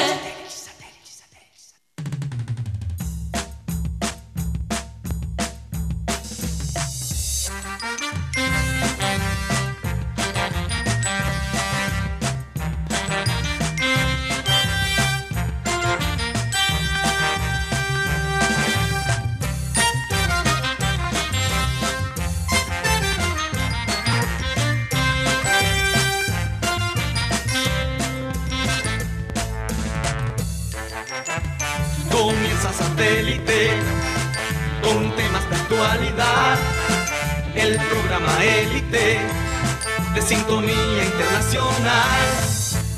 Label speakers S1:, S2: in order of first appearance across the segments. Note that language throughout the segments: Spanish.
S1: Satellite.
S2: Comienza satélite con temas de actualidad. El programa élite de sintonía internacional.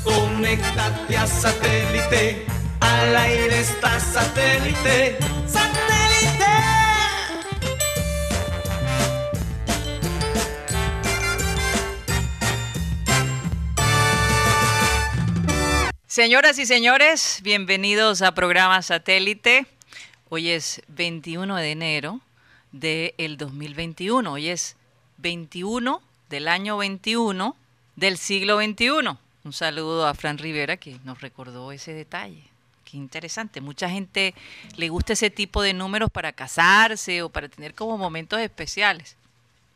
S2: Conéctate a satélite. Al aire está satélite. ¡Satélite!
S3: Señoras y señores, bienvenidos a programa Satélite. Hoy es 21 de enero del 2021. Hoy es 21 del año 21 del siglo 21. Un saludo a Fran Rivera que nos recordó ese detalle. Qué interesante. Mucha gente le gusta ese tipo de números para casarse o para tener como momentos especiales.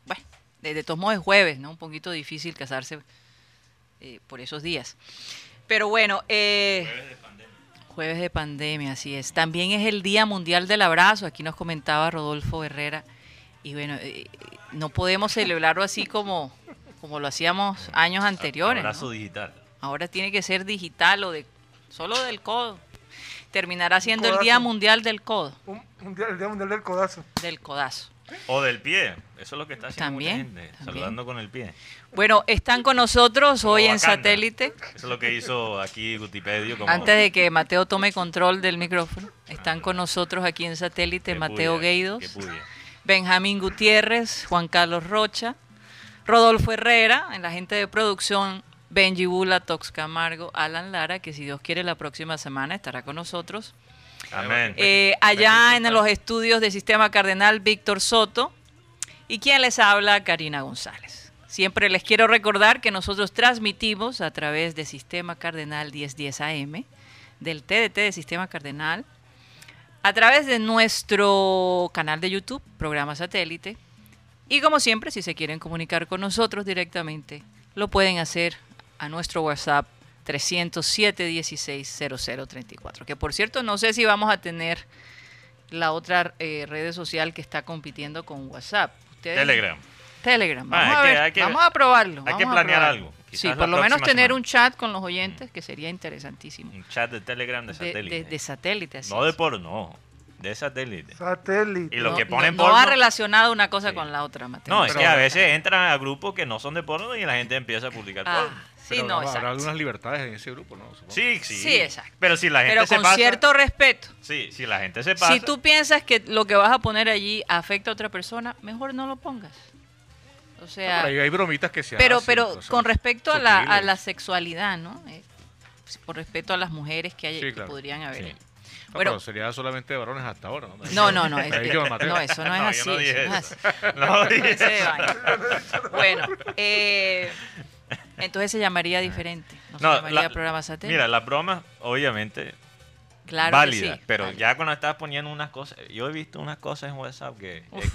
S3: Bueno, de, de todos modos es jueves, ¿no? Un poquito difícil casarse eh, por esos días. Pero bueno, eh, jueves de pandemia, así es. También es el Día Mundial del Abrazo, aquí nos comentaba Rodolfo Herrera. Y bueno, eh, no podemos celebrarlo así como, como lo hacíamos años anteriores. ¿no?
S4: Abrazo digital.
S3: Ahora tiene que ser digital o de solo del codo. Terminará siendo el Día
S5: Codazo.
S3: Mundial del Codo,
S5: Un, un día, el día mundial del codazo.
S3: del codazo.
S4: O del pie. Eso es lo que está haciendo
S3: También,
S4: mucha gente.
S3: también.
S4: Saludando con el pie.
S3: Bueno, están con nosotros hoy
S4: Como
S3: en
S4: Wakanda.
S3: satélite.
S4: Eso es lo que hizo aquí Gutipedio. Como
S3: Antes de que Mateo tome control del micrófono, están con nosotros aquí en satélite
S4: que
S3: Mateo
S4: pudiera,
S3: Gueidos.
S4: que pudiera.
S3: Benjamín Gutiérrez, Juan Carlos Rocha, Rodolfo Herrera, en la gente de producción, Benji Bula, Tox Camargo, Alan Lara, que si Dios quiere la próxima semana estará con nosotros.
S4: Amén.
S3: Eh, allá en los estudios de Sistema Cardenal, Víctor Soto. Y quien les habla, Karina González. Siempre les quiero recordar que nosotros transmitimos a través de Sistema Cardenal 1010 AM, del TDT de Sistema Cardenal, a través de nuestro canal de YouTube, programa satélite. Y como siempre, si se quieren comunicar con nosotros directamente, lo pueden hacer a nuestro WhatsApp 307 16 0034. Que por cierto, no sé si vamos a tener la otra eh, red social que está compitiendo con WhatsApp. Ustedes-
S4: Eh, Telegram.
S3: Telegram. Vamos, a,
S4: Ah, hay que-
S3: ver,
S4: hay que-
S3: vamos a probarlo.
S4: hay
S3: vamos
S4: que
S3: a
S4: planear
S3: probarlo.
S4: algo. Quizás
S3: Sí,
S4: la
S3: por lo menos
S4: próxima
S3: tener
S4: semana.
S3: un chat con los oyentes, que sería interesantísimo.
S4: Un chat de Telegram de
S3: De- De,
S4: satélite.
S3: de satélite, así
S4: no de
S3: es.
S4: porno, no. De satélite.
S5: Satélite.
S4: Y lo
S3: No-
S4: que ponen
S3: no, no
S4: porno-
S3: va relacionado una cosa
S4: Sí.
S3: con la otra, Mateo.
S4: No, es
S3: Pero-
S4: que a veces entran a grupos que no son de porno y la gente empieza a publicar
S3: Ah,
S4: porno.
S3: sí,
S6: Pero
S3: no,
S6: habrá
S3: exacto.
S6: algunas libertades en ese grupo, ¿no? Supongo.
S4: Sí, sí.
S3: Sí, exacto.
S4: Pero si la gente
S3: Pero
S4: este se
S3: con
S4: pasa.
S3: cierto respeto.
S4: Sí, si la gente se pasa.
S3: Si tú piensas que lo que vas a poner allí afecta a otra persona, mejor no lo pongas. O
S6: Pero
S3: sea,
S6: ahí hay bromitas que se
S3: pero,
S4: ah,
S6: hacen,
S3: pero
S6: cosas
S3: con respecto a la, a
S6: sutiles.
S3: la sexualidad, ¿no? Eh, pues, con respecto a las mujeres que, hay,
S6: Sí,
S3: que
S6: claro.
S3: podrían haber.
S4: Sí.
S3: ahí.
S6: No,
S3: Bueno,
S6: pero sería solamente de varones hasta ahora, ¿no?
S3: no, no, no.
S6: Me
S3: es-
S6: ha dicho Mateo.
S3: no, eso no es
S4: No, yo
S3: así.
S4: no dije
S3: eso no es
S4: eso.
S3: así.
S4: No, dije
S3: Ese de
S4: eso.
S3: baño. Bueno, eh, entonces se llamaría diferente. No,
S4: Eh. No,
S3: se llamaría
S4: la-
S3: programa satélite.
S4: Mira, las bromas, obviamente,
S3: claro
S4: válida,
S3: que sí,
S4: pero
S3: válida.
S4: ya cuando estás poniendo unas cosas, yo he visto unas cosas en WhatsApp que eh,
S3: Uf.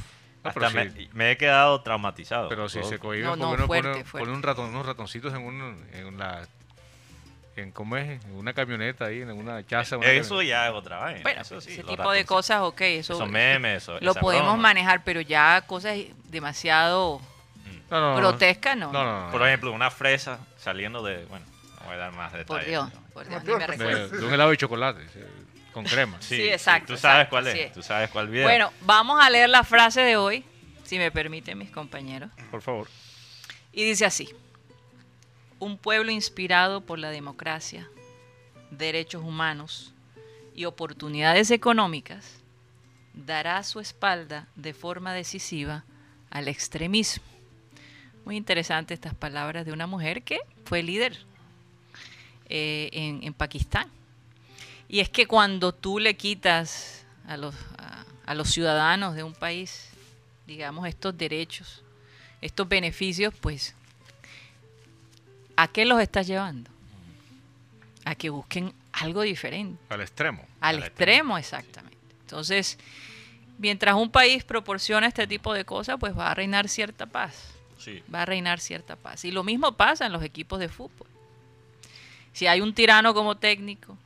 S6: No,
S4: hasta
S6: pero
S4: me,
S6: sí.
S4: me he quedado traumatizado.
S6: Pero si
S4: Todo.
S6: se cohibe,
S3: No,
S6: porque
S3: no,
S6: uno
S3: fuerte,
S6: pone,
S3: fuerte.
S6: pone un raton- unos ratoncitos en, un, en la... En, ¿Cómo es? En una camioneta ahí, en una chaza. una
S4: eso
S6: camioneta.
S4: ya es otra vaina.
S3: Bueno, pues,
S4: eso sí,
S3: ese
S4: los
S3: tipo de
S4: ratoncitos.
S3: cosas, ok, eso,
S4: Esos memes, eso-
S3: lo
S4: esa
S3: podemos
S4: broma.
S3: manejar, pero ya cosas demasiado
S6: No, no, no, no.
S3: grotescas, no.
S6: No, no, no.
S4: Por ejemplo, una fresa saliendo de. Bueno, no voy a dar más detalles.
S3: Por Dios,
S4: ¿no?
S3: por Dios, ni me
S6: De,
S3: recuerdo.
S6: de un helado de chocolate, sí, con crema.
S3: Sí, exacto,
S4: Tú sabes
S3: exacto,
S4: cuál es.
S3: así es.
S4: Tú sabes cuál video.
S3: Bueno, vamos a leer la frase de hoy, si me permiten mis compañeros.
S6: Por favor.
S3: Y dice así, un pueblo inspirado por la democracia, derechos humanos y oportunidades económicas dará su espalda de forma decisiva al extremismo. Muy interesante estas palabras de una mujer que fue líder eh, en, en Pakistán. Y es que cuando tú le quitas a los, a- a los ciudadanos de un país, digamos, estos derechos, estos beneficios, pues, ¿a qué los estás llevando? a que busquen algo diferente.
S6: Al extremo.
S3: Al extremo, exactamente. Entonces, mientras un país proporciona este tipo de cosas, pues va a reinar cierta paz.
S4: Sí.
S3: Va a reinar cierta paz. Y lo mismo pasa en los equipos de fútbol. Si hay un tirano como técnico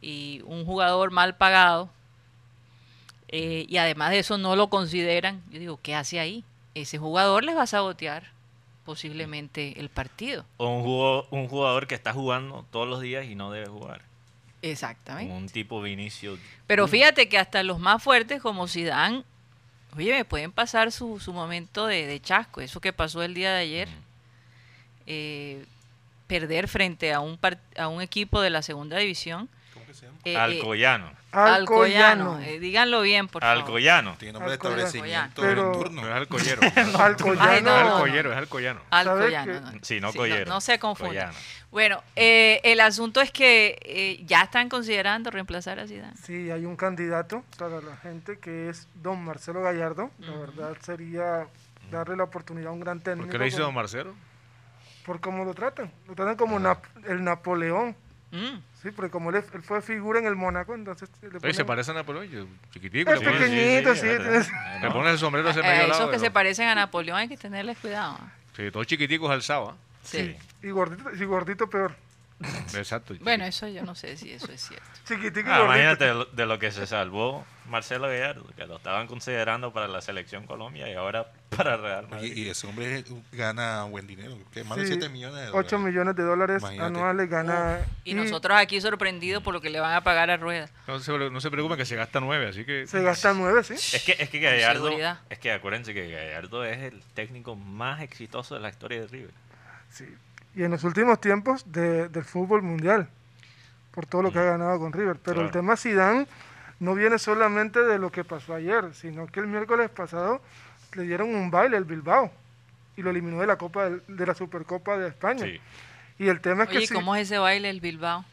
S3: y un jugador mal pagado, eh, y además de eso no lo consideran, yo digo, ¿qué hace ahí? Ese jugador les va a sabotear posiblemente el partido.
S4: O un jugador, un jugador que está jugando todos los días y no debe jugar.
S3: Exactamente.
S4: Como un tipo Vinicio.
S3: Pero fíjate que hasta los más fuertes, como Zidane, oye, me pueden pasar su, su momento de, de chasco. Eso que pasó el día de ayer.
S4: Mm.
S3: eh, perder frente a un, par- a un equipo de la segunda división.
S1: ¿Cómo que se llama?
S3: eh, eh,
S4: Alcoyano.
S3: Alcoyano. Eh, díganlo bien, por favor.
S4: Alcoyano.
S1: Tiene nombre de
S5: Alcoyano.
S1: establecimiento
S5: Pero-
S1: en
S6: No
S1: turno.
S6: es alcoyero.
S3: Ay,
S5: Alcoyano.
S6: No es
S3: no.
S6: alcoyero, es alcoyano.
S3: Alcoyano.
S5: ¿Sabes
S4: Sí, no Collero,
S3: No, se confunde.
S4: Collano.
S3: Bueno, eh, el asunto es que eh, ya están considerando reemplazar a Zidane.
S5: Sí, hay un candidato para la gente que es don Marcelo Gallardo. La verdad sería darle la oportunidad a un gran técnico.
S6: ¿Por qué lo hizo Ah.
S5: como-
S6: Don Marcelo?
S5: Por cómo lo tratan. Lo tratan como Nap- el Napoleón.
S3: Mm.
S5: Sí, porque como él, es- él fue figura en el Mónaco, entonces le
S6: Oye, se
S5: ponen-
S6: parece a Napoleón, yo- chiquitico.
S5: Es
S6: le pones-
S5: pequeñito. Eh, pequeñitos, sí,
S4: es verdad.
S5: tienes-
S6: le pones el sombrero ese
S3: A-
S6: medio
S3: a
S6: lado.
S3: Eh, esos que
S6: pero-
S3: se parecen a Napoleón hay que tenerles cuidado. ¿ah?
S6: Sí, todos chiquiticos ¿ah? alzaba.
S3: Sí.
S5: Y gordito, y gordito peor.
S6: Exacto.
S3: Bueno, eso yo no sé si eso es cierto.
S5: Chiquitico y
S4: Ah,
S5: gordito.
S4: imagínate de lo- de lo que se salvó Marcelo Gallardo, que lo estaban considerando para la selección Colombia y ahora para Real
S1: Oye,
S4: Madrid.
S1: y ese hombre gana buen dinero. ¿qué? Más de
S5: Sí,
S1: 7 millones de dólares.
S5: 8 millones de dólares
S1: Imagínate.
S5: anuales gana.
S3: Y nosotros aquí sorprendidos por lo que le van a pagar a Rueda.
S6: No se, no se preocupen que se gasta nueve, así que...
S5: Se gastan 9, ¿sí?
S4: Es que, es que Gallardo,
S3: seguridad.
S4: es que acuérdense que Gallardo es el técnico más exitoso de la historia de River.
S5: Sí. Y en los últimos tiempos de- del fútbol mundial, por todo lo que ha ganado con River. Pero el
S4: Mm. Claro.
S5: tema Zidane no viene solamente de lo que pasó ayer, sino que el miércoles pasado le dieron un baile al Bilbao y lo eliminó de la Copa del- de la Supercopa de España.
S4: Sí.
S5: Y el tema es Ah, que
S3: Oye,
S5: sí,
S3: ¿cómo es ese baile el Bilbao?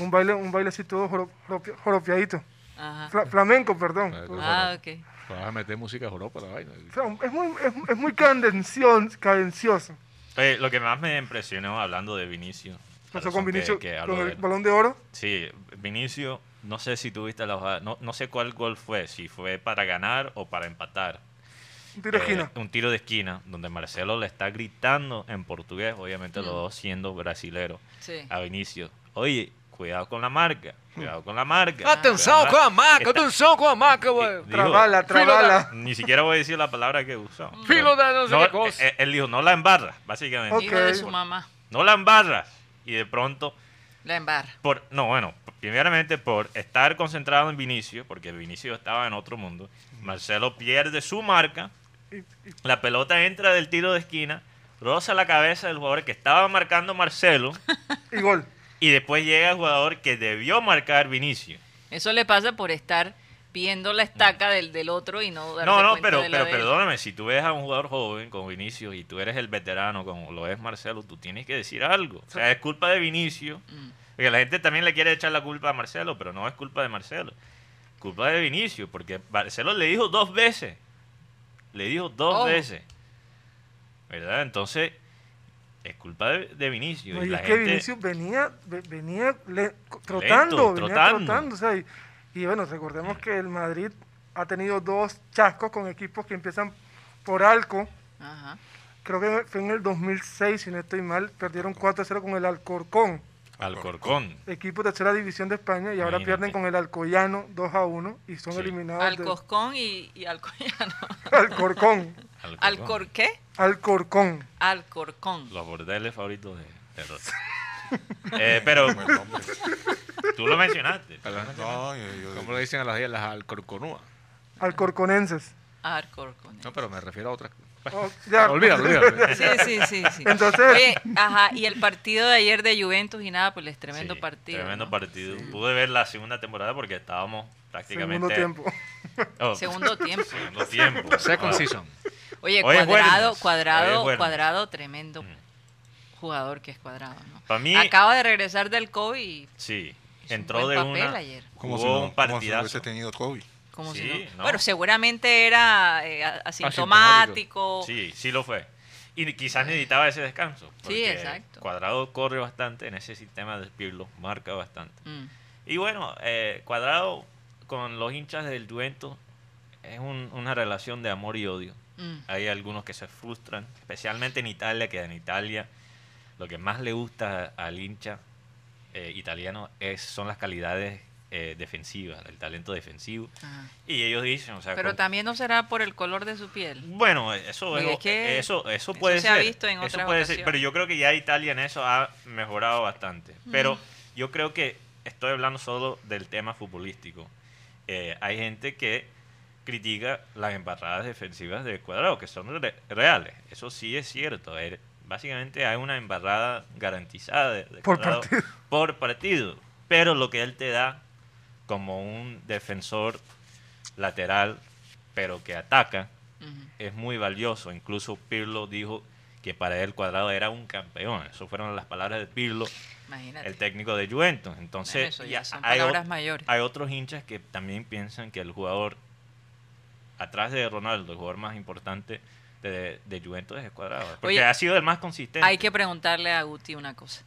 S5: un baile un baile así todo joro- joropi- joropiadito.
S3: Ajá.
S5: Fla- flamenco, perdón.
S6: Ah,
S5: Todo
S3: Ah, ok.
S6: Vas a meter música joropa la vaina.
S5: O sea, es muy, es, es muy cadencion- cadencioso.
S4: Oye, lo que más me impresionó hablando de Vinicio.
S5: Pasó
S4: razón
S5: con
S4: que-
S5: Vinicius
S4: que hablo
S5: con
S4: de
S5: el
S4: él.
S5: balón de oro.
S4: Sí, Vinicio, no sé si tuviste la jugada, no, no sé cuál gol fue, si fue para ganar o para empatar.
S5: Un tiro de
S4: Eh,
S5: esquina.
S4: un tiro de esquina, donde Marcelo le está gritando en portugués, obviamente los
S3: Mm.
S4: dos siendo brasileros,
S3: Sí.
S4: a Vinicio. Oye, cuidado con la marca, cuidado con la marca.
S7: Ah, Atenção
S4: Cuidado
S7: com a marca,
S4: Está-
S7: atenção com a marca,
S4: Eh,
S7: ué.
S4: dijo,
S5: Trabala, trabala.
S4: Ni siquiera voy a decir la palabra que usó.
S7: Filo de no sé qué cosa.
S4: eh, Él dijo, no la embarras, básicamente.
S5: Ok.
S3: Hijo de su mamá.
S4: No la embarras. Y de pronto,
S3: La embarra.
S4: por, no, bueno, primeramente por estar concentrado en Vinicio, porque Vinicio estaba en otro mundo, Marcelo pierde su marca, la pelota entra del tiro de esquina, roza la cabeza del jugador que estaba marcando Marcelo,
S5: Y gol.
S4: y después llega el jugador que debió marcar Vinicio.
S3: Eso le pasa por estar viendo la estaca del, del otro y no darse
S4: No, no,
S3: cuenta
S4: pero,
S3: de la
S4: pero
S3: de él.
S4: perdóname, si tú ves a un jugador joven como Vinicio y tú eres el veterano como lo es Marcelo, tú tienes que decir algo. O sea, es culpa de Vinicio.
S3: Mm.
S4: Porque la gente también le quiere echar la culpa a Marcelo, pero no es culpa de Marcelo. Culpa de Vinicio, porque Marcelo le dijo dos veces. Le dijo dos
S3: Oh.
S4: veces. ¿Verdad? Entonces, es culpa de, de Vinicio.
S5: No,
S4: y
S5: y
S4: la
S5: es que
S4: gente-
S5: Vinicius venía, ve- venía le- co- trotando, venía
S4: trotando.
S5: trotando. o sea, y, y bueno, recordemos que el Madrid ha tenido dos chascos con equipos que empiezan por Alco.
S3: Ajá.
S5: Creo que fue en el 2006, si no estoy mal, perdieron 4-0 con el Alcorcón,
S4: Alcorcón.
S5: equipo de tercera división de España, y ahora
S4: Imagínate.
S5: pierden con el Alcoyano 2-1 y son
S4: Sí.
S5: eliminados
S3: Al
S5: del
S3: coscón y, y al collano.
S5: Alcorcón.
S3: ¿Al cor qué?
S5: Alcorcón.
S3: Al corcón.
S4: Los bordeles favoritos de, de Rosa. Eh, pero
S1: Como el nombre.
S4: tú lo mencionaste.
S1: No, yo- yo-
S6: ¿Cómo le dicen a las días? Las alcorconúas.
S5: Alcorconenses.
S3: Al corcón.
S6: No, pero me refiero a otras.
S5: Oh, ya.
S6: Olvídalo, olvídalo.
S3: Sí, sí, sí. sí.
S5: Entonces-
S3: Oye, ajá, y el partido de ayer de Juventus y Nápoles, tremendo
S4: Sí,
S3: partido.
S4: Tremendo
S3: ¿no?
S4: partido. Pude ver la segunda temporada porque estábamos prácticamente.
S5: Segundo tiempo.
S4: Oh,
S3: Segundo tiempo.
S4: segundo tiempo.
S6: Second
S4: Ah,
S6: season.
S3: Oye,
S4: Hoy es
S3: cuadrado,
S4: Werner. Hoy es
S3: cuadrado,
S4: Werner.
S3: cuadrado, tremendo jugador que es cuadrado. ¿no?
S4: Pa' mí-
S3: Acaba de regresar del COVID y
S4: Sí.
S3: Hizo un
S4: Entró
S3: buen
S4: de
S3: papel
S4: una.
S3: ayer.
S1: como
S4: Jugó
S1: si no-
S4: un
S1: como si no hubiese
S4: partidazo.
S1: tenido COVID.
S3: como si
S4: Sí,
S3: no-
S4: ¿no?
S3: Bueno, seguramente era eh, a- asintomático.
S4: Sí, sí lo fue. Y quizás necesitaba ese descanso. porque
S3: exacto.
S4: Cuadrado corre bastante en ese sistema de Pirlo, marca bastante.
S3: Mm.
S4: Y bueno, eh, Cuadrado con los hinchas del Juventus es un- una relación de amor y odio.
S3: Mm.
S4: Hay algunos que se frustran, especialmente en Italia, que en Italia lo que más le gusta al hincha eh, italiano es, son las calidades eh, defensivas, el talento defensivo.
S3: Ajá.
S4: Y ellos dicen, o sea,
S3: Pero
S4: con-
S3: también no será por el color de su piel.
S4: bueno, eso
S3: Porque
S4: es,
S3: es que
S4: eso, eso
S3: eso
S4: puede
S3: se ha
S4: ser.
S3: visto en
S4: eso
S3: otras
S4: puede ser,
S3: ocasiones.
S4: Pero yo creo que ya Italia en eso ha mejorado bastante. Pero yo creo que estoy hablando solo del tema futbolístico. Eh, hay gente que critica las embarradas defensivas de Cuadrado, que son re- reales. Eso sí es cierto. Él- básicamente hay una embarrada garantizada de, de
S5: Por
S4: Cuadrado por partido. Pero lo que él te da como un defensor lateral, pero que ataca,
S3: Ujú.
S4: es muy valioso. Incluso Pirlo dijo que para él Cuadrado era un campeón. Eso fueron las palabras de Pirlo,
S3: Imagínate.
S4: el técnico de Juventus. Entonces,
S3: Bueno, eso ya son
S4: hay, ot-
S3: palabras mayores.
S4: hay otros hinchas que también piensan que el jugador, atrás de Ronaldo, el jugador más importante de, de Juventus es Cuadrado. Porque
S3: Oye,
S4: ha sido el más consistente.
S3: Hay que preguntarle a Guti una cosa.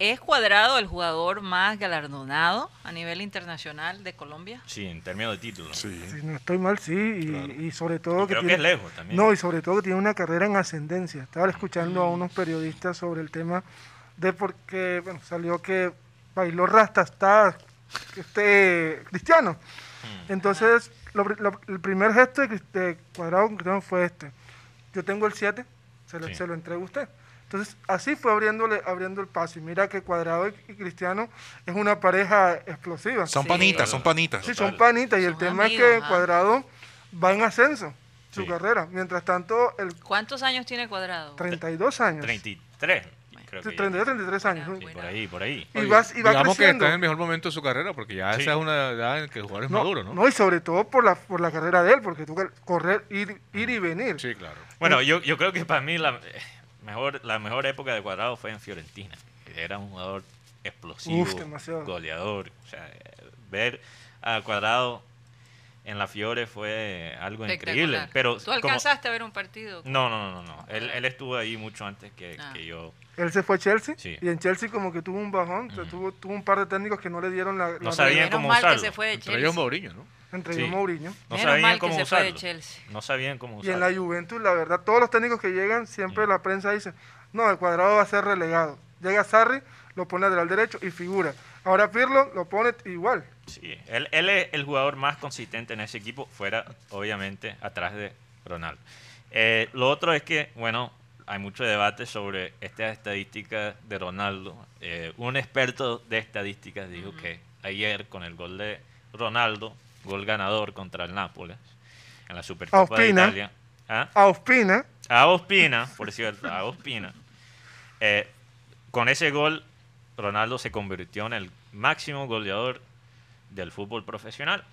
S3: ¿Es Cuadrado el jugador más galardonado a nivel internacional de Colombia?
S4: Sí, en términos de título.
S1: Sí.
S5: Si no estoy mal, sí, y,
S1: Claro.
S5: y sobre todo
S4: Y
S5: que
S4: creo que
S5: tiene,
S4: es lejos también. Mm.
S5: No, y sobre todo que tiene una carrera en ascendencia. Estaba escuchando a unos periodistas sobre el tema de por qué, bueno, salió que bailó Rastastas este cristiano.
S4: Mm.
S5: Entonces, lo pri- lo- el primer gesto de, Crist- de Cuadrado con Cristiano fue este. Yo tengo el 7, se lo,
S4: Sí.
S5: se lo entrego a usted. Entonces, así fue abriéndole, abriendo el paso. Y mira que Cuadrado y, y Cristiano es una pareja explosiva.
S1: Son
S3: Sí.
S1: panitas, son panitas.
S5: Sí,
S4: Total.
S5: son panitas. Y el
S3: Son
S5: tema es que
S3: amigos, ajá.
S5: Cuadrado va en ascenso su
S4: Sí.
S5: carrera. Mientras tanto, el
S3: ¿Cuántos años tiene Cuadrado?
S5: 32 años.
S4: 33. Creo que ya.
S5: 32, 33
S3: Ah,
S5: años.
S4: Sí, por ahí, por ahí.
S5: Y vas- y va
S6: digamos que
S5: creciendo.
S6: está en el mejor momento de su carrera, porque ya
S4: Sí.
S6: esa es una edad en que el jugador es maduro, ¿no?
S5: y sobre todo por la, por la carrera de él, porque tú correr, ir, ir y venir.
S6: Sí, claro.
S3: Eh.
S4: Bueno, yo, yo creo que para mí la eh, mejor, la mejor época de Cuadrado fue en Fiorentina. Era un jugador explosivo,
S5: Uf, demasiado.
S4: goleador. O sea, eh, ver a Cuadrado en la Fiore fue algo increíble.
S3: Espectacular.
S4: Pero
S3: ¿Tú
S4: como-
S3: alcanzaste a ver un partido?
S4: No, no, no, no. no. Él, él estuvo ahí mucho antes que,
S3: Ah.
S4: que yo.
S5: Él se fue a Chelsea
S4: Sí.
S5: y en Chelsea como que tuvo un bajón, o sea, tuvo, tuvo un par de técnicos que no le dieron la... la-
S4: sabía
S3: Menos
S4: cómo
S3: mal que
S4: usarlo.
S3: se fue de
S6: Entre ellos
S3: Chelsea.
S6: Mourinho, ¿no?
S5: Entre
S4: Sí.
S5: ellos Mourinho.
S4: No
S3: Menos
S4: sabían
S3: mal que
S4: cómo
S3: se fue de
S4: usarlo.
S3: Chelsea.
S4: No sabían cómo
S5: Y en
S4: usarlo.
S5: la Juventus, la verdad, todos los técnicos que llegan, siempre la prensa dice, no, el cuadrado va a ser relegado. Llega Sarri, lo pone lateral derecho y figura. Ahora Pirlo lo pone igual.
S4: Sí, él, él es el jugador más consistente en ese equipo, fuera, obviamente, atrás de Ronaldo. Eh, lo otro es que, bueno, hay mucho debate sobre estas estadísticas de Ronaldo. Eh, un experto de estadísticas dijo que ayer, con el gol de Ronaldo, gol ganador contra el Nápoles, en la Supercopa de
S5: Ospina.
S4: Italia. ¿Ah?
S5: A Ospina,
S4: A Ospina, por cierto, a Ospina. Eh, con ese gol, Ronaldo se convirtió en el máximo goleador del fútbol profesional.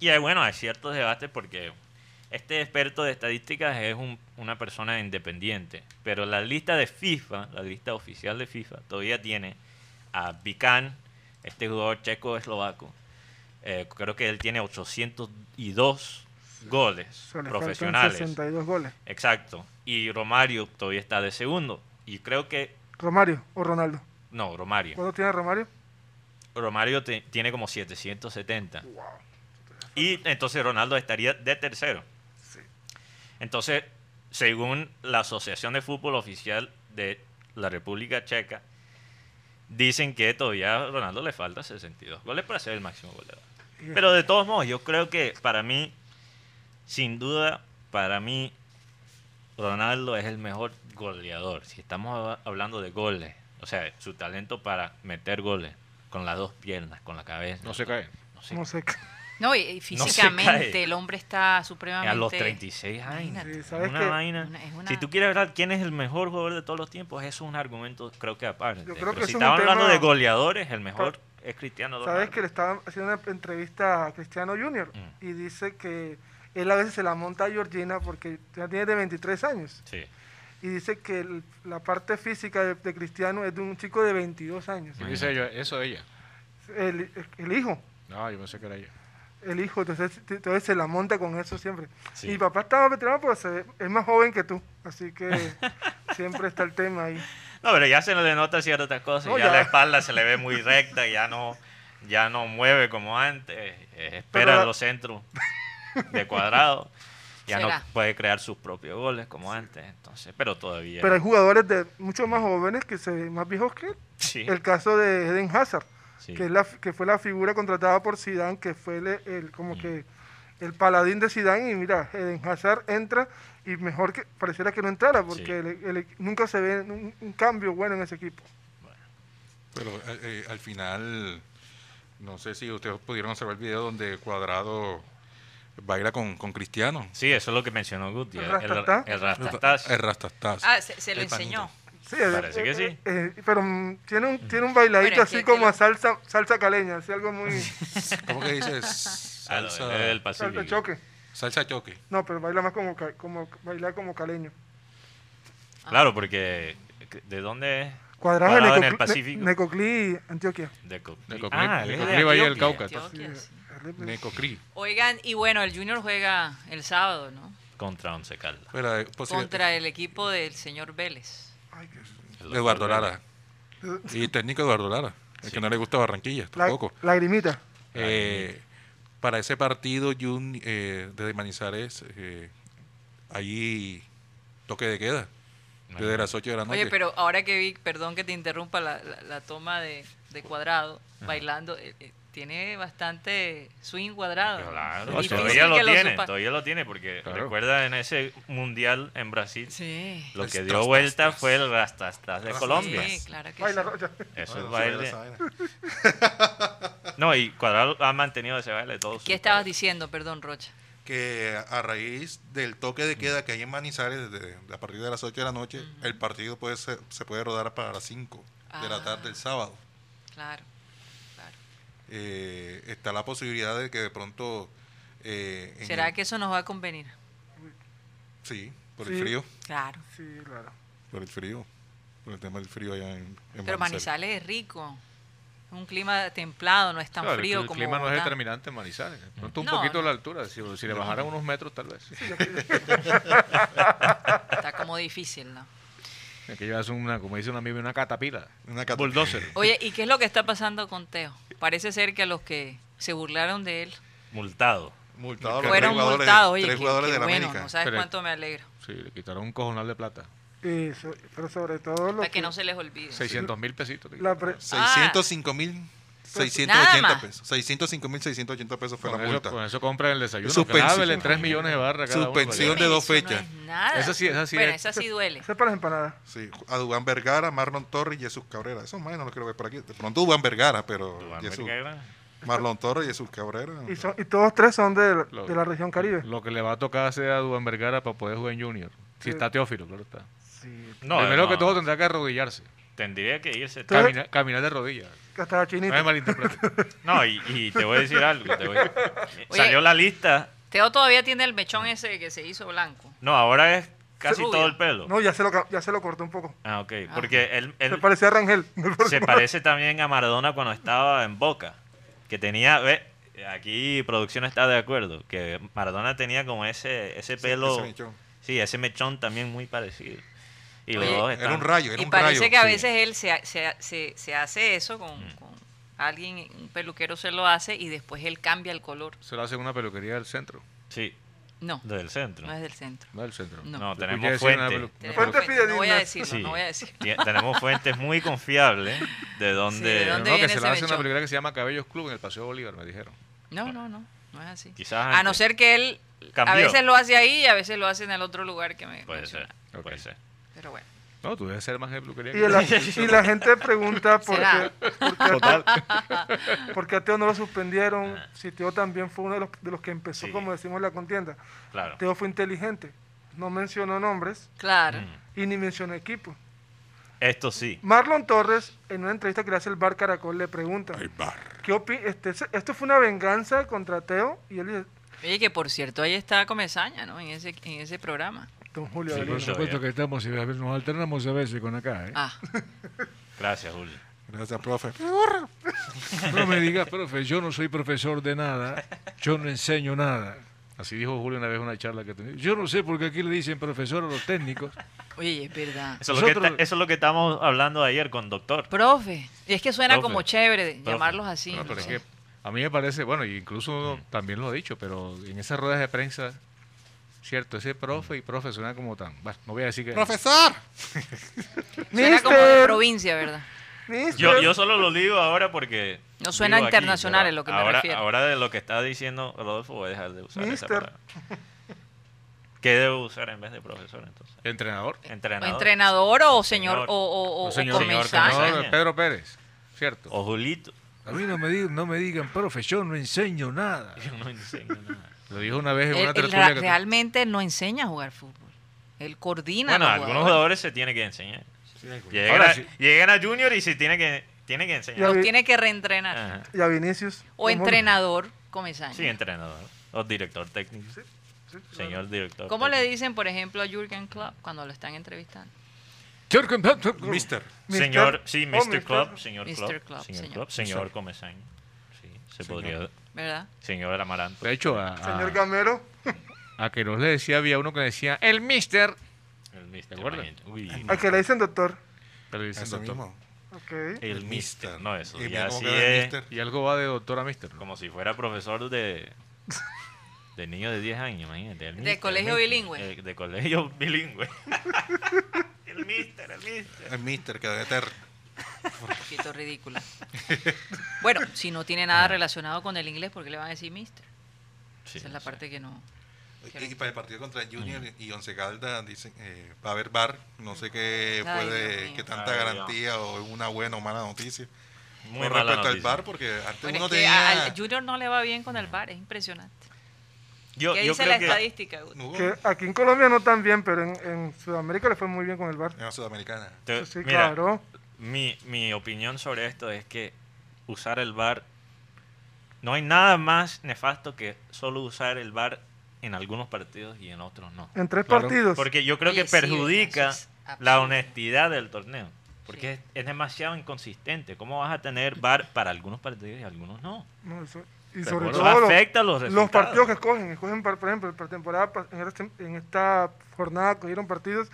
S4: Y eh, bueno, hay ciertos debates porque este experto de estadísticas es un- una persona independiente. Pero la lista de FIFA, la lista oficial de FIFA, todavía tiene a Bican, este jugador checo-eslovaco. Eh, creo que él tiene 802 goles
S5: se le faltan
S4: profesionales.
S5: 62 goles.
S4: Exacto. Y Romario todavía está de segundo. Y creo que.
S5: Romario o Ronaldo.
S4: No, Romario.
S5: ¿Cuánto tiene Romario?
S4: Romario te- tiene como 770. Y entonces Ronaldo estaría de tercero. Entonces, según la Asociación de Fútbol Oficial de la República Checa, dicen que todavía a Ronaldo le falta 62 goles para ser el máximo goleador. Pero de todos modos, yo creo que para mí, sin duda, para mí, Ronaldo es el mejor goleador. Si estamos hab- hablando de goles, o sea, su talento para meter goles con las dos piernas, con la cabeza.
S6: No se cae.
S4: No sé.
S5: No sé.
S3: No, y, y
S4: No se
S3: físicamente
S4: cae.
S3: el hombre está
S4: a
S3: supremamente...
S4: los 36 años.
S3: Imagínate.
S5: Sí, ¿sabes
S4: una
S5: qué?
S4: vaina.
S3: Una- es una-
S4: Si tú quieres hablar quién es el mejor jugador de todos los tiempos, eso es un argumento, creo que aparte.
S5: Yo creo
S4: Pero
S5: que
S4: si
S5: eso es un
S4: estamos hablando
S5: tema-
S4: de goleadores, el mejor es Cristiano Ronaldo.
S5: Sabes que le estaba haciendo una entrevista a Cristiano Junior
S4: Mm.
S5: y dice que él a veces se la monta a Georgina porque ya tiene de 23 años
S4: Sí.
S5: y dice que el- la parte física de, de Cristiano es de un chico de 22 años.
S6: Y dice ella, eso ella.
S5: El, el hijo.
S6: No, yo pensé que era ella.
S5: el hijo, entonces, te- entonces se la monta con eso siempre.
S8: Sí.
S5: Mi papá estaba veterano, pero se- es más joven que tú, así que siempre está el tema ahí.
S4: No, pero ya se le nota ciertas cosas.
S5: No,
S4: ya,
S5: ya.
S4: la espalda se le ve muy recta, ya no, ya no mueve como antes. eh, Espera
S5: Pero la-
S4: los centros de cuadrado. Ya
S3: Será.
S4: no puede crear sus propios goles como antes. Entonces, pero todavía.
S5: Pero hay jugadores de mucho más jóvenes que se ven más viejos que él.
S4: sí,
S5: El caso de Eden Hazard,
S4: sí.
S5: que, es la, fi- que fue la figura contratada por Zidane, que fue el, el-
S4: Mm.
S5: como que el paladín de Zidane y mira, Eden Hazard entra y mejor que pareciera que no entrara porque
S4: Sí.
S5: el- el- nunca se ve un, un cambio bueno en ese equipo.
S1: Pero eh, eh, al final, no sé si ustedes pudieron observar el video donde Cuadrado baila con, con Cristiano.
S4: Sí, eso es lo que mencionó Guti. El,
S5: El
S4: el,
S5: Rastastá.
S4: el Rastastás.
S1: El Rastastas.
S3: Ah, se, se lo
S1: El panito.
S3: enseñó.
S5: Sí, eh,
S4: Parece que sí.
S5: eh, pero mm, tiene un, tiene un bailadito
S3: Bueno, es
S5: así
S3: que-
S5: como
S3: que
S5: a salsa, salsa caleña, así algo muy
S1: ¿Cómo que dices?
S4: Ah, no,
S1: Salsa,
S4: es del Pacífico.
S5: salsa choque.
S1: salsa choque.
S5: No, pero baila más como, ca- como bailar como caleño.
S4: Claro, porque ¿de dónde es?
S5: Cuadrado,
S4: Cuadrado
S5: de
S4: en
S5: Necoclí-
S4: el Pacífico.
S5: Ne- Necoclí, Antioquia. Eh,
S4: De Coclí.
S6: De Coclí-
S4: Ah,
S6: de
S4: él es
S6: Coclí, Valle del
S4: Antioquia.
S6: Cauca.
S3: Antioquia, sí.
S5: pues,
S1: Necocri.
S3: Oigan, y bueno, el Junior juega el sábado, ¿no?
S4: Contra Once Caldas.
S1: Pero, eh, posi-
S3: Contra el equipo del señor Vélez.
S5: Ay, qué-
S1: Eduardo Lara. Y técnico Eduardo Lara. El que no le gusta Barranquilla,
S5: La-
S1: tampoco.
S5: Lagrimita.
S1: Eh, para ese partido, Jun, eh, desde Manizales, eh, ahí toque de queda. Desde las 8 de la noche.
S3: Oye, pero ahora que vi, perdón que te interrumpa la, la- la toma de, de cuadrado, bailando, eh, eh, tiene bastante swing cuadrado. ¿no?
S4: Claro,
S3: Es difícil
S4: todavía lo
S3: que
S4: tiene,
S3: supa-
S4: todavía lo tiene, porque
S6: Claro.
S4: recuerda en ese mundial en Brasil,
S3: Sí.
S4: lo que
S1: Es
S4: dio
S1: tras,
S4: vuelta
S1: tras, tras.
S4: fue el rastastas de Colombia.
S3: Sí, claro que
S5: Baila
S3: sí.
S5: Rocha.
S6: Ah,
S4: Eso es
S8: Bueno, sí,
S4: baile.
S8: esa vaina.
S4: No, y Cuadrado ha mantenido ese baile todo. su-
S3: ¿Qué estabas diciendo, perdón, Rocha?
S1: que a raíz del toque de queda que hay en Manizales desde, a partir de las 8 de la noche, el partido puede ser- se puede rodar para las 5 de
S3: Ah.
S1: la tarde el sábado.
S3: Claro, claro.
S1: Eh, está la posibilidad de que de pronto... eh, en
S3: ¿Será
S1: el-
S3: que eso nos va a convenir?
S1: Sí, por el
S5: Sí.
S1: frío,
S3: Claro.
S5: Sí, claro.
S1: por el frío, por el tema del frío allá en, en
S3: Pero Manizales es rico. Es un clima templado, no es tan
S6: Claro, el
S3: frío
S6: cl-
S3: como.
S6: El clima no es
S3: Bogotá.
S6: determinante en Manizales. De Pronto un
S3: No,
S6: poquito
S3: no.
S6: la altura. Si, si le bajaran unos metros, tal vez.
S3: Está como difícil, ¿no?
S6: Hay que llevarse una, como dice un amigo, una catapila.
S1: Una cata-
S6: Bulldozer.
S3: Oye, ¿y qué es lo que está pasando con Teo? Parece ser que a los que se burlaron de él
S4: Multado.
S1: Multado a los
S3: fueron
S1: tres jugadores-
S3: multados. Oye,
S1: tres
S3: qué-
S1: jugadores
S3: qué
S1: de la
S3: bueno,
S1: América.
S3: no sabes
S6: Pero-
S3: cuánto me alegro.
S6: Sí, le quitaron un cojonal de plata.
S5: Y so- pero sobre todo lo
S3: Para que no se les olvide.
S6: 600 mil pesitos. le
S5: la
S6: quitaron.
S5: pre-
S1: 605 mil
S3: pues, Nada
S1: 680
S3: más.
S1: pesos. 605 mil 680 pesos fue la
S6: Con eso,
S1: multa.
S6: con
S4: pues.
S6: eso compran el desayuno.
S1: Suspensi-
S6: Suspensión. 3 millones de barras. cada uno pues, para
S1: Suspensión
S6: llevar.
S1: de dos
S3: Eso no
S1: fechas.
S3: es nada.
S6: Esa sí- esa sí
S3: Bueno,
S6: es-
S3: esa sí duele.
S5: Eso es para las empanadas.
S1: Sí, a Dubán Vergara, Marlon Torres y Jesús Cabrera. Esos más no los quiero ver por aquí. De pronto Dubán Vergara, pero
S4: Dubán
S1: Jesús-
S4: Vergara.
S1: Marlon Torres y Jesús Cabrera.
S5: Y, son, y todos tres son de,
S6: Lo-
S5: de la región caribe.
S6: Lo que le va a tocar hacer a Duan Vergara para poder jugar en Junior. Si
S5: Sí.
S6: está Teófilo, claro está.
S5: Sí.
S4: No,
S6: Primero
S4: no,
S6: que todo tendrá que arrodillarse.
S4: tendría que irse.
S5: Tú-
S6: Camina- caminar de rodillas.
S5: Hasta la
S6: No me
S5: chinita.
S6: malinterprete.
S4: No, y, y te voy a decir algo. te voy- Salió la lista.
S3: Teo todavía tiene el mechón ese que se hizo blanco.
S4: No, ahora es casi
S3: Rubio.
S4: todo el pelo.
S5: No, ya se, lo, ca- ya se lo cortó un poco.
S4: Ah, ok. Porque él, él
S5: Se parecía a Rangel.
S4: se parece también a Maradona cuando estaba en Boca. Que tenía, ve, aquí producción está de acuerdo, que Maradona tenía como ese, ese pelo.
S1: ese mechón.
S4: sí, ese mechón también muy parecido. Y los
S3: Oye,
S4: dos
S1: Era
S4: están-
S1: un rayo, era
S3: Y
S1: un
S3: parece
S1: rayo.
S3: que a
S1: Sí. Mm.
S3: veces él se, ha- se ha- se- se hace eso con, con alguien, un peluquero se lo hace y después él cambia el color.
S6: Se lo hace en una peluquería del centro.
S4: Sí,
S3: No,
S4: del centro.
S3: no es del centro.
S6: No del centro.
S3: No.
S4: No,
S6: Yo
S4: tenemos
S6: quería decir una
S4: fuente.
S6: pelu- una
S3: Tenemos
S6: pelu-
S5: Fuente
S3: que- no voy a
S5: fidedigna.
S3: decirlo,
S4: Sí.
S3: no voy a decirlo.
S4: Tie- tenemos fuentes muy confiables de dónde.
S3: ¿de dónde?
S6: No, que
S3: viene
S6: se
S3: ese
S6: la hace en
S3: mechón?
S6: una película que se llama Cabellos Club en el Paseo Bolívar, me dijeron.
S3: No, no, no, no es así.
S4: Quizás
S3: a no
S4: antes.
S3: ser que él a
S4: Cambió.
S3: veces lo hace ahí y a veces lo hace en el otro lugar que me
S4: Puede ser,
S3: menciona.
S4: puede
S6: Ok.
S4: ser.
S3: Pero bueno.
S6: No, tú debes ser más de peluquería.
S5: Y
S6: que-
S5: la, y la gente pregunta por
S3: Será.
S5: qué, por, qué,
S6: Total.
S5: por qué a Teo no lo suspendieron. Si Teo también fue uno de los, de los que empezó,
S4: Sí.
S5: como decimos, la contienda.
S4: Claro.
S5: Teo fue inteligente. No mencionó nombres
S3: Claro.
S4: Mm.
S5: y ni mencionó equipo.
S4: Esto sí.
S5: Marlon Torres, en una entrevista que le hace el Bar Caracol, le pregunta, ¿qué opi- este, se- esto fue una venganza contra Teo? Y él dice,
S3: Oye, que por cierto, ahí está Comezaña, ¿no? En ese, en ese programa.
S5: don Julio
S4: Sí,
S5: Avelino".
S9: Por
S4: Julio.
S9: supuesto que estamos, y a veces nos alternamos a veces con acá. ¿eh?
S3: Ah,
S4: Gracias, Julio.
S1: Gracias, profe.
S9: No me digas, profe, yo no soy profesor de nada. Yo no enseño nada.
S6: Así dijo Julio una vez en una charla que tenía.
S9: Yo no sé por qué aquí le dicen profesor a los técnicos.
S3: Oye, es verdad.
S4: Eso es, lo que
S9: Nosotros-
S4: ta- eso es lo que estábamos hablando ayer con doctor.
S3: Profe. Y es que suena
S4: Profe.
S3: como chévere
S4: Profe.
S3: llamarlos así.
S6: Bueno,
S3: no
S6: pero es
S3: sé.
S6: que a mí me parece, bueno, y incluso uno también lo ha dicho, pero en esas ruedas de prensa, cierto, ese profe y profe suena como tan. Bueno, no voy a decir que.
S1: ¡Profesor!
S3: Suena como de
S5: Mister,
S3: provincia, ¿verdad?
S5: mister.
S4: Yo, yo solo lo digo ahora porque.
S3: No suena
S4: vivo aquí,
S3: internacional,
S4: pero
S3: es lo que me
S4: ahora,
S3: refiero.
S4: Ahora de lo que está diciendo Rodolfo, voy a dejar de usar esa
S5: Mister.
S4: palabra. ¿Qué debo usar en vez de profesor entonces?
S6: Entrenador.
S3: O
S4: Entrenador.
S3: entrenador o señor,
S4: señor.
S3: o, o, o,
S6: O
S3: o
S6: señor, señor,
S3: comensal.
S6: señor Pedro Pérez, cierto.
S4: O Julito.
S9: A mí no me, di- no me digan, profe, yo no enseño nada.
S4: Yo no enseño nada.
S6: Lo dijo una vez en
S3: Él-
S6: una
S3: él
S6: tertulia.
S3: ra-
S6: que tu-
S3: realmente no enseña a jugar fútbol. Él coordina.
S4: Bueno,
S3: a los
S4: algunos
S3: jugadores.
S4: jugadores se tiene que enseñar. Llegan,
S6: Ahora
S4: a,
S6: sí.
S4: llegan a Junior y se tiene que, tiene que
S5: Ya
S4: enseñar.
S5: vi-
S3: Los tiene que reentrenar.
S4: Ajá.
S5: Y a Vinicius.
S3: O
S5: ¿cómo-
S3: entrenador comensal.
S4: Sí, entrenador. O director técnico. Señor director.
S3: ¿Cómo le
S4: técnico.
S3: dicen, por ejemplo, a Jürgen Klopp cuando lo están entrevistando?
S1: Mister.
S5: Mister?
S4: Señor, sí,
S5: Oh,
S4: Mr.
S5: mister.
S4: Club, señor
S3: Mr.
S4: Club,
S3: Club,
S4: señor
S3: señor.
S4: Club, señor Comesaña. Sí, se podría.
S3: ¿Verdad?
S4: Señor pues, Amaranto.
S6: De hecho, a,
S5: Señor
S4: Ah.
S6: a,
S5: Gamero.
S6: a que nos le decía, había uno que le decía, el mister.
S4: El
S6: ¿Te
S4: Mr.
S6: acuerdas?
S4: Mañeta. Uy,
S5: A que le dicen doctor.
S6: Pero le dicen
S1: Eso
S6: doctor.
S1: mismo.
S5: Ok.
S4: el Mr. No, eso
S1: Y
S4: ya
S1: mira cómo
S4: sí
S1: queda el
S4: es
S1: mister.
S6: Y algo va de doctor a mister. ¿no?
S4: como si fuera profesor de de niño de 10 años, imagínate. el
S3: De
S4: mister, el
S3: colegio
S4: mister.
S3: bilingüe.
S4: Eh, de colegio bilingüe. el Mr., el Mr.
S1: El mister, que debe estar.
S3: Un poquito ridícula. bueno, si no tiene nada relacionado con el inglés, ¿por qué le van a decir mister?
S4: Sí,
S3: Esa es la
S4: sí.
S3: parte que no...
S1: Y y para el partido contra Junior y Once Caldas dicen eh, va a haber bar. No sé qué
S3: Ay, Dios
S1: puede,
S3: mío.
S1: qué tanta
S4: Ay, Dios.
S1: garantía o es una buena o mala noticia.
S4: Muy mala
S1: con respecto al
S4: noticia.
S1: bar, porque antes
S3: Bueno,
S1: uno
S3: es que a-
S1: tenía.
S3: al Junior no le va bien con el bar, es impresionante.
S4: Yo,
S3: ¿Qué
S4: yo
S3: dice
S4: creo
S3: la
S4: que
S3: estadística? Guti?
S1: No,
S5: Que aquí en Colombia no tan bien, pero en, en Sudamérica le fue muy bien con el bar.
S1: en la Sudamericana.
S4: te-
S5: Sí,
S4: Eh, mira,
S5: claro.
S4: mi, mi opinión sobre esto es que usar el VAR no hay nada más nefasto que solo usar el VAR en algunos partidos y en otros no.
S5: En tres
S6: Claro.
S5: partidos.
S4: Porque yo creo
S3: Oye,
S4: que
S3: sí, oye,
S4: perjudica
S3: eso es
S4: la
S3: absurdo.
S4: honestidad del torneo.
S3: Sí.
S4: Porque es, es demasiado inconsistente. ¿Cómo vas a tener VAR para algunos partidos y algunos no?
S5: No, eso- y
S6: De
S5: sobre
S6: acuerdo.
S5: todo los,
S4: afecta los
S5: los
S4: resultados.
S5: partidos que escogen. Escogen, par- por ejemplo, para temporada, pas- en esta, en esta jornada cogieron partidos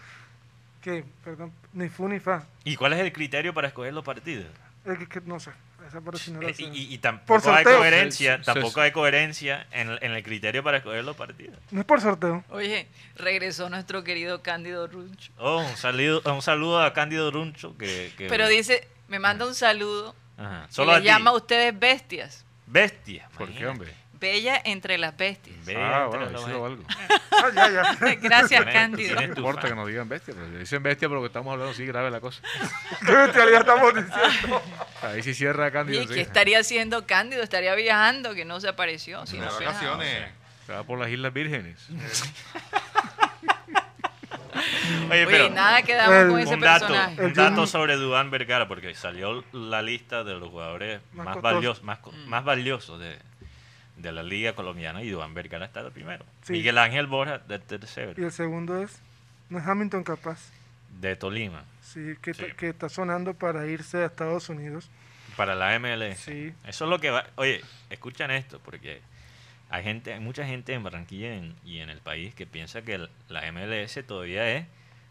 S5: que, perdón, ni fu ni fa.
S4: ¿Y cuál es el criterio para escoger los partidos?
S5: Es que, que no sé, esa parte sí no la
S4: Eh,
S5: sé.
S4: Y, y- y tampoco hay
S5: sorteo.
S4: coherencia,
S6: Se- se-
S4: tampoco hay coherencia en, en el criterio para escoger los partidos.
S5: No es por sorteo.
S3: Oye, regresó nuestro querido Cándido Runcho.
S4: Oh, un saludo, un saludo a Cándido Runcho que, que-
S3: Pero dice, me manda un saludo
S4: Ajá,
S3: Solo
S4: solo a ti.
S3: llama a ustedes bestias.
S4: bestia.
S6: ¿Por qué,
S4: imagínate.
S6: hombre?
S3: Bella entre las bestias.
S4: Bella
S6: Ah,
S4: entre
S6: bueno,
S4: los
S6: hicieron
S4: bestias.
S6: algo.
S5: Ah, ya, ya.
S3: Gracias,
S4: Tienes-
S3: Cándido.
S4: tienes
S6: No
S4: tu
S6: importa
S4: fan.
S6: que nos digan bestia, pero si dicen bestia por lo que estamos hablando, sí, grave la cosa.
S5: ¿Qué bestialidad estamos diciendo?
S6: Ahí sí cierra Cándido.
S3: Oye,
S6: sí.
S3: ¿qué estaría haciendo Cándido? Estaría viajando, que no se apareció. si
S1: De
S3: no se-
S1: vacaciones.
S6: Se va por las Islas Vírgenes.
S4: Oye,
S3: Oye,
S4: pero
S3: nada quedamos
S5: El-
S3: con ese
S4: un dato,
S3: personaje.
S4: un
S5: El
S4: dato
S5: Junior-
S4: sobre Duván Vergara, porque salió la lista de los jugadores
S5: Más
S4: más,
S5: costosos.
S4: valiosos, más,
S3: Mm.
S4: co- más valiosos de, de la liga colombiana y Duván Vergara está de primero.
S5: Sí.
S4: Miguel Ángel Borja de tercero,
S5: Y el segundo es, no es Hamilton capaz.
S4: de Tolima,
S5: Sí, que,
S4: Sí.
S5: que está sonando para irse a Estados Unidos.
S4: para la MLS.
S5: Sí.
S4: Eso es lo que va. Oye, escuchan esto, porque hay gente, hay mucha gente en Barranquilla y en, y en el país que piensa que el- la MLS todavía es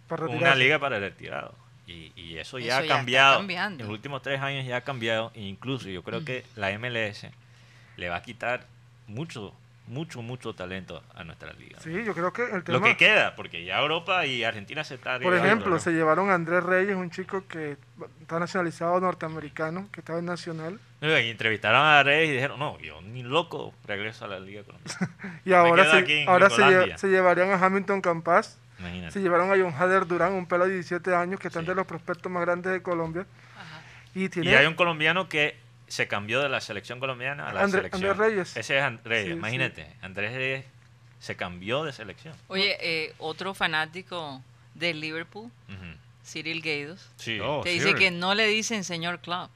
S5: Para
S4: una
S5: retirarse.
S4: liga para retirados. Y, y
S3: Eso
S4: eso ya
S3: ya
S4: ha
S3: está
S4: cambiado. En
S3: cambiando.
S4: los últimos tres años ya ha cambiado. E incluso yo
S5: Mm.
S4: creo que la MLS le va a quitar mucho, mucho, mucho talento a nuestra liga.
S5: Sí, yo creo que el tema...
S4: Lo que queda, porque ya Europa y Argentina se están
S5: Por
S4: arriba,
S5: ejemplo,
S4: ¿no?
S5: se llevaron a Andrés Reyes, un chico que está nacionalizado norteamericano, que estaba en Nacional,
S4: No, y entrevistaron a Reyes y dijeron, no, yo ni loco regreso a la liga colombiana.
S5: y ahora,
S4: quedo
S5: se,
S4: aquí en
S5: ahora se, lle-
S4: Gringolandia.
S5: se llevarían a Hamilton Campas,
S4: Imagínate.
S5: se llevaron a John Hader Durán, un pelo de 17 años, que están de los prospectos más grandes de Colombia, y tiene
S4: Y hay un colombiano que se cambió de la selección colombiana a la
S5: André-
S4: selección.
S5: Andrés Reyes.
S4: Ese es Andrés,
S5: Sí, sí.
S4: imagínate. Andrés Reyes se cambió de selección.
S3: Oye, eh, otro fanático de Liverpool,
S4: Ujú.
S3: Cyril Gaydos,
S4: Sí.
S6: Oh,
S3: te dice
S6: Cyril.
S3: que no le dicen señor Klopp,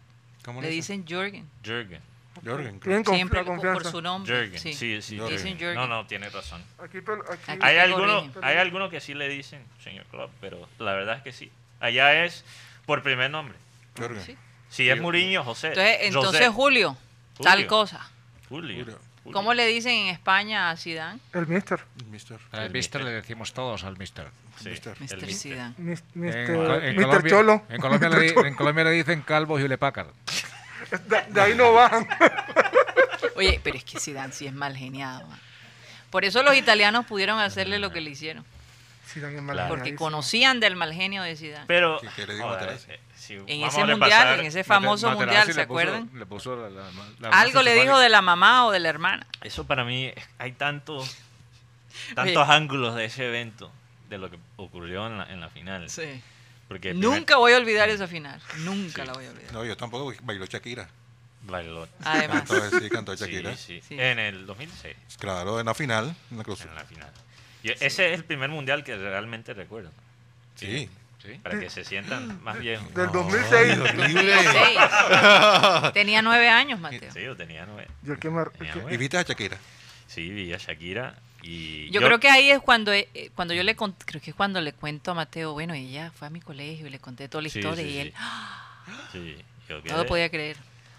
S1: ¿Cómo
S3: le dicen Jürgen.
S4: Jürgen.
S1: Jürgen.
S5: tienen conf-
S3: Siempre
S5: la
S3: por-
S5: confianza.
S3: por su nombre.
S4: Jürgen.
S3: Sí.
S4: Sí, sí.
S1: Jürgen.
S3: Dicen Jürgen.
S4: No, no, tiene razón.
S5: Aquí, pel- aquí-
S3: Aquí.
S4: Hay
S3: te
S4: algunos,
S3: corrigen.
S4: hay algunos que sí le dicen señor Klopp, pero la verdad es que sí. Allá es por primer nombre.
S1: Jürgen.
S3: Sí.
S4: Si es Muriño, José.
S3: Entonces, entonces
S4: José.
S3: Julio, tal
S4: Julio.
S3: cosa.
S4: Julio.
S1: Juro.
S3: ¿Cómo le dicen en España a Zidane?
S5: El mister.
S1: Mister.
S4: El
S6: Al mister
S4: mister.
S6: le decimos todos al mister.
S4: Sí,
S1: Mister.
S4: el
S3: Mr.
S4: mister.
S3: Zidane.
S5: Mis-
S6: En-
S5: Mister,
S6: en
S5: Este, Mister
S6: Colombia-
S5: Cholo.
S6: En Colombia, le, di- en Colombia le dicen calvo Hewlett Packard.
S5: De, de ahí no bajan.
S3: Oye, pero es que Zidane sí es mal geniado. man. Por eso los italianos pudieron hacerle lo que le hicieron.
S5: Zidane es mal
S4: Claro.
S3: Porque
S5: geniadísimo.
S3: conocían del mal genio de Zidane.
S4: Pero,
S1: Que- que le digo Materazzi.
S4: eh, si
S3: En
S4: vamos
S3: ese
S4: a
S3: mundial,
S4: repasar-
S3: en ese famoso
S6: Mate-
S3: mundial,
S6: Materazzi
S3: ¿se
S6: le puso-
S3: acuerdan?
S6: le puso la- la- la- la
S3: Algo le dijo
S6: principal-
S3: de la mamá o de la hermana.
S4: Eso para mí es- hay tantos, tantos ángulos de ese evento, de lo que ocurrió en la, en la final. Porque el primer-
S3: Nunca voy a olvidar esa final. Nunca la voy a olvidar.
S1: No, yo tampoco porque bailó Shakira.
S4: bailó.
S3: Además.
S1: Cantó, sí, cantó
S4: Sí,
S1: Shakira.
S4: sí.
S3: Ah. Sí.
S4: En el 2006,
S1: Claro, en la final, en la cruz.
S4: en la final. Yo- Ese es el primer mundial que realmente recuerdo.
S1: Sí.
S4: Para que se sientan más viejos.
S5: Del 2006.
S3: Sí. Tenía nueve años, Mateo.
S4: Sí, yo tenía nueve.
S5: Yo el que mar- el
S4: Tenía
S5: que-
S4: nueve.
S1: ¿Y viste a Shakira?
S4: Sí, vi a Shakira y...
S3: Yo, creo que ahí es cuando, eh, eh, cuando yo le cont- creo que es cuando le cuento a Mateo, bueno, ella fue a mi colegio y le conté toda la
S4: Sí,
S3: historia
S4: sí,
S3: y
S4: sí.
S3: él ¡ah!
S4: Sí, yo vi
S3: no lo
S4: a-
S3: podía creer.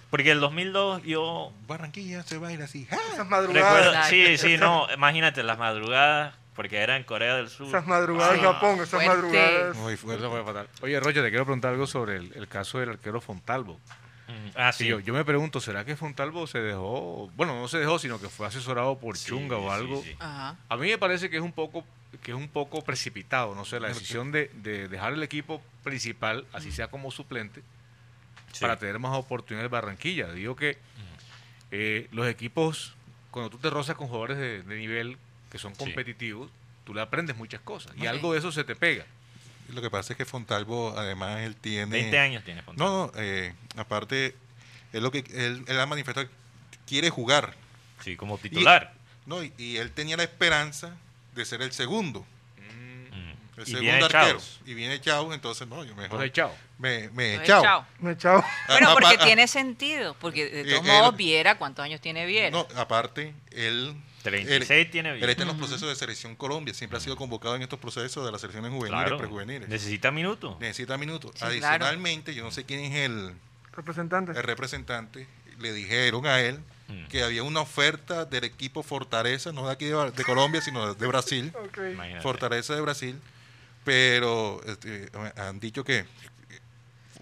S4: Porque el 2002 yo
S1: Barranquilla se baila así. ¡Ah!
S5: Esas madrugadas.
S4: recuerdo...
S3: Exacto.
S4: Sí, sí, no, imagínate las madrugadas, porque era en Corea del Sur.
S5: Esas madrugadas en
S3: Ah,
S5: Japón, esas
S3: fuerte.
S5: madrugadas.
S1: Muy
S6: Eso fue
S1: fuerte.
S6: fatal. Oye, Roger, te quiero preguntar algo sobre el, el caso del arquero Fontalvo.
S4: Mm, Ah,
S6: Sí,
S4: sí.
S6: Yo, yo me pregunto, ¿será que Fontalvo se dejó? Bueno, no se dejó, sino que fue asesorado por
S4: Sí,
S6: Chunga
S4: sí,
S6: o algo.
S4: sí.
S3: Ajá.
S6: A mí me parece que es un poco que es un poco precipitado, no sé, la decisión de, de dejar el equipo principal, así sea como suplente,
S4: Sí.
S6: para tener más oportunidades en Barranquilla. Digo que eh, los equipos, cuando tú te rozas con jugadores de, de nivel que son competitivos, tú le aprendes muchas cosas y
S3: Ok.
S6: algo de eso se te pega.
S1: Lo que pasa es que Fontalvo, además, él tiene.
S4: 20 años tiene Fontaine.
S1: No, no, eh, aparte, es lo que él, él ha manifestado que quiere jugar.
S4: Sí, como titular.
S1: No, y, y él tenía la esperanza de ser el segundo.
S4: Mm.
S1: El
S4: Y viene
S1: segundo arquero.
S4: Chaos.
S1: Y viene Chao, entonces no, yo mejor.
S6: Entonces, chao.
S1: Me, me
S3: Entonces,
S1: chao.
S3: chao.
S5: Me chao.
S3: Bueno,
S1: Ah,
S3: porque
S1: ah, ah,
S3: tiene sentido, porque de
S1: Eh,
S3: todos
S1: eh,
S3: modos
S1: no-
S3: Viera, ¿cuántos años tiene Viera?
S1: No, aparte, él.
S4: 36
S1: él-
S4: tiene
S1: Él
S4: Viera.
S1: está en los procesos de selección Colombia. Siempre ha sido convocado en estos procesos de las selecciones juveniles,
S4: Claro.
S1: prejuveniles.
S4: Necesita minutos.
S1: Necesita minutos.
S3: Sí, claro.
S1: Adicionalmente, yo no sé quién es el,
S5: Representante.
S4: Er-
S1: el representante. Le dijeron a él
S4: Mm.
S1: que había una oferta del equipo Fortaleza, no de aquí de, Bar- de Colombia, sino de Brasil.
S5: Ok.
S4: Imagínate.
S1: Fortaleza de Brasil. Pero este, han dicho que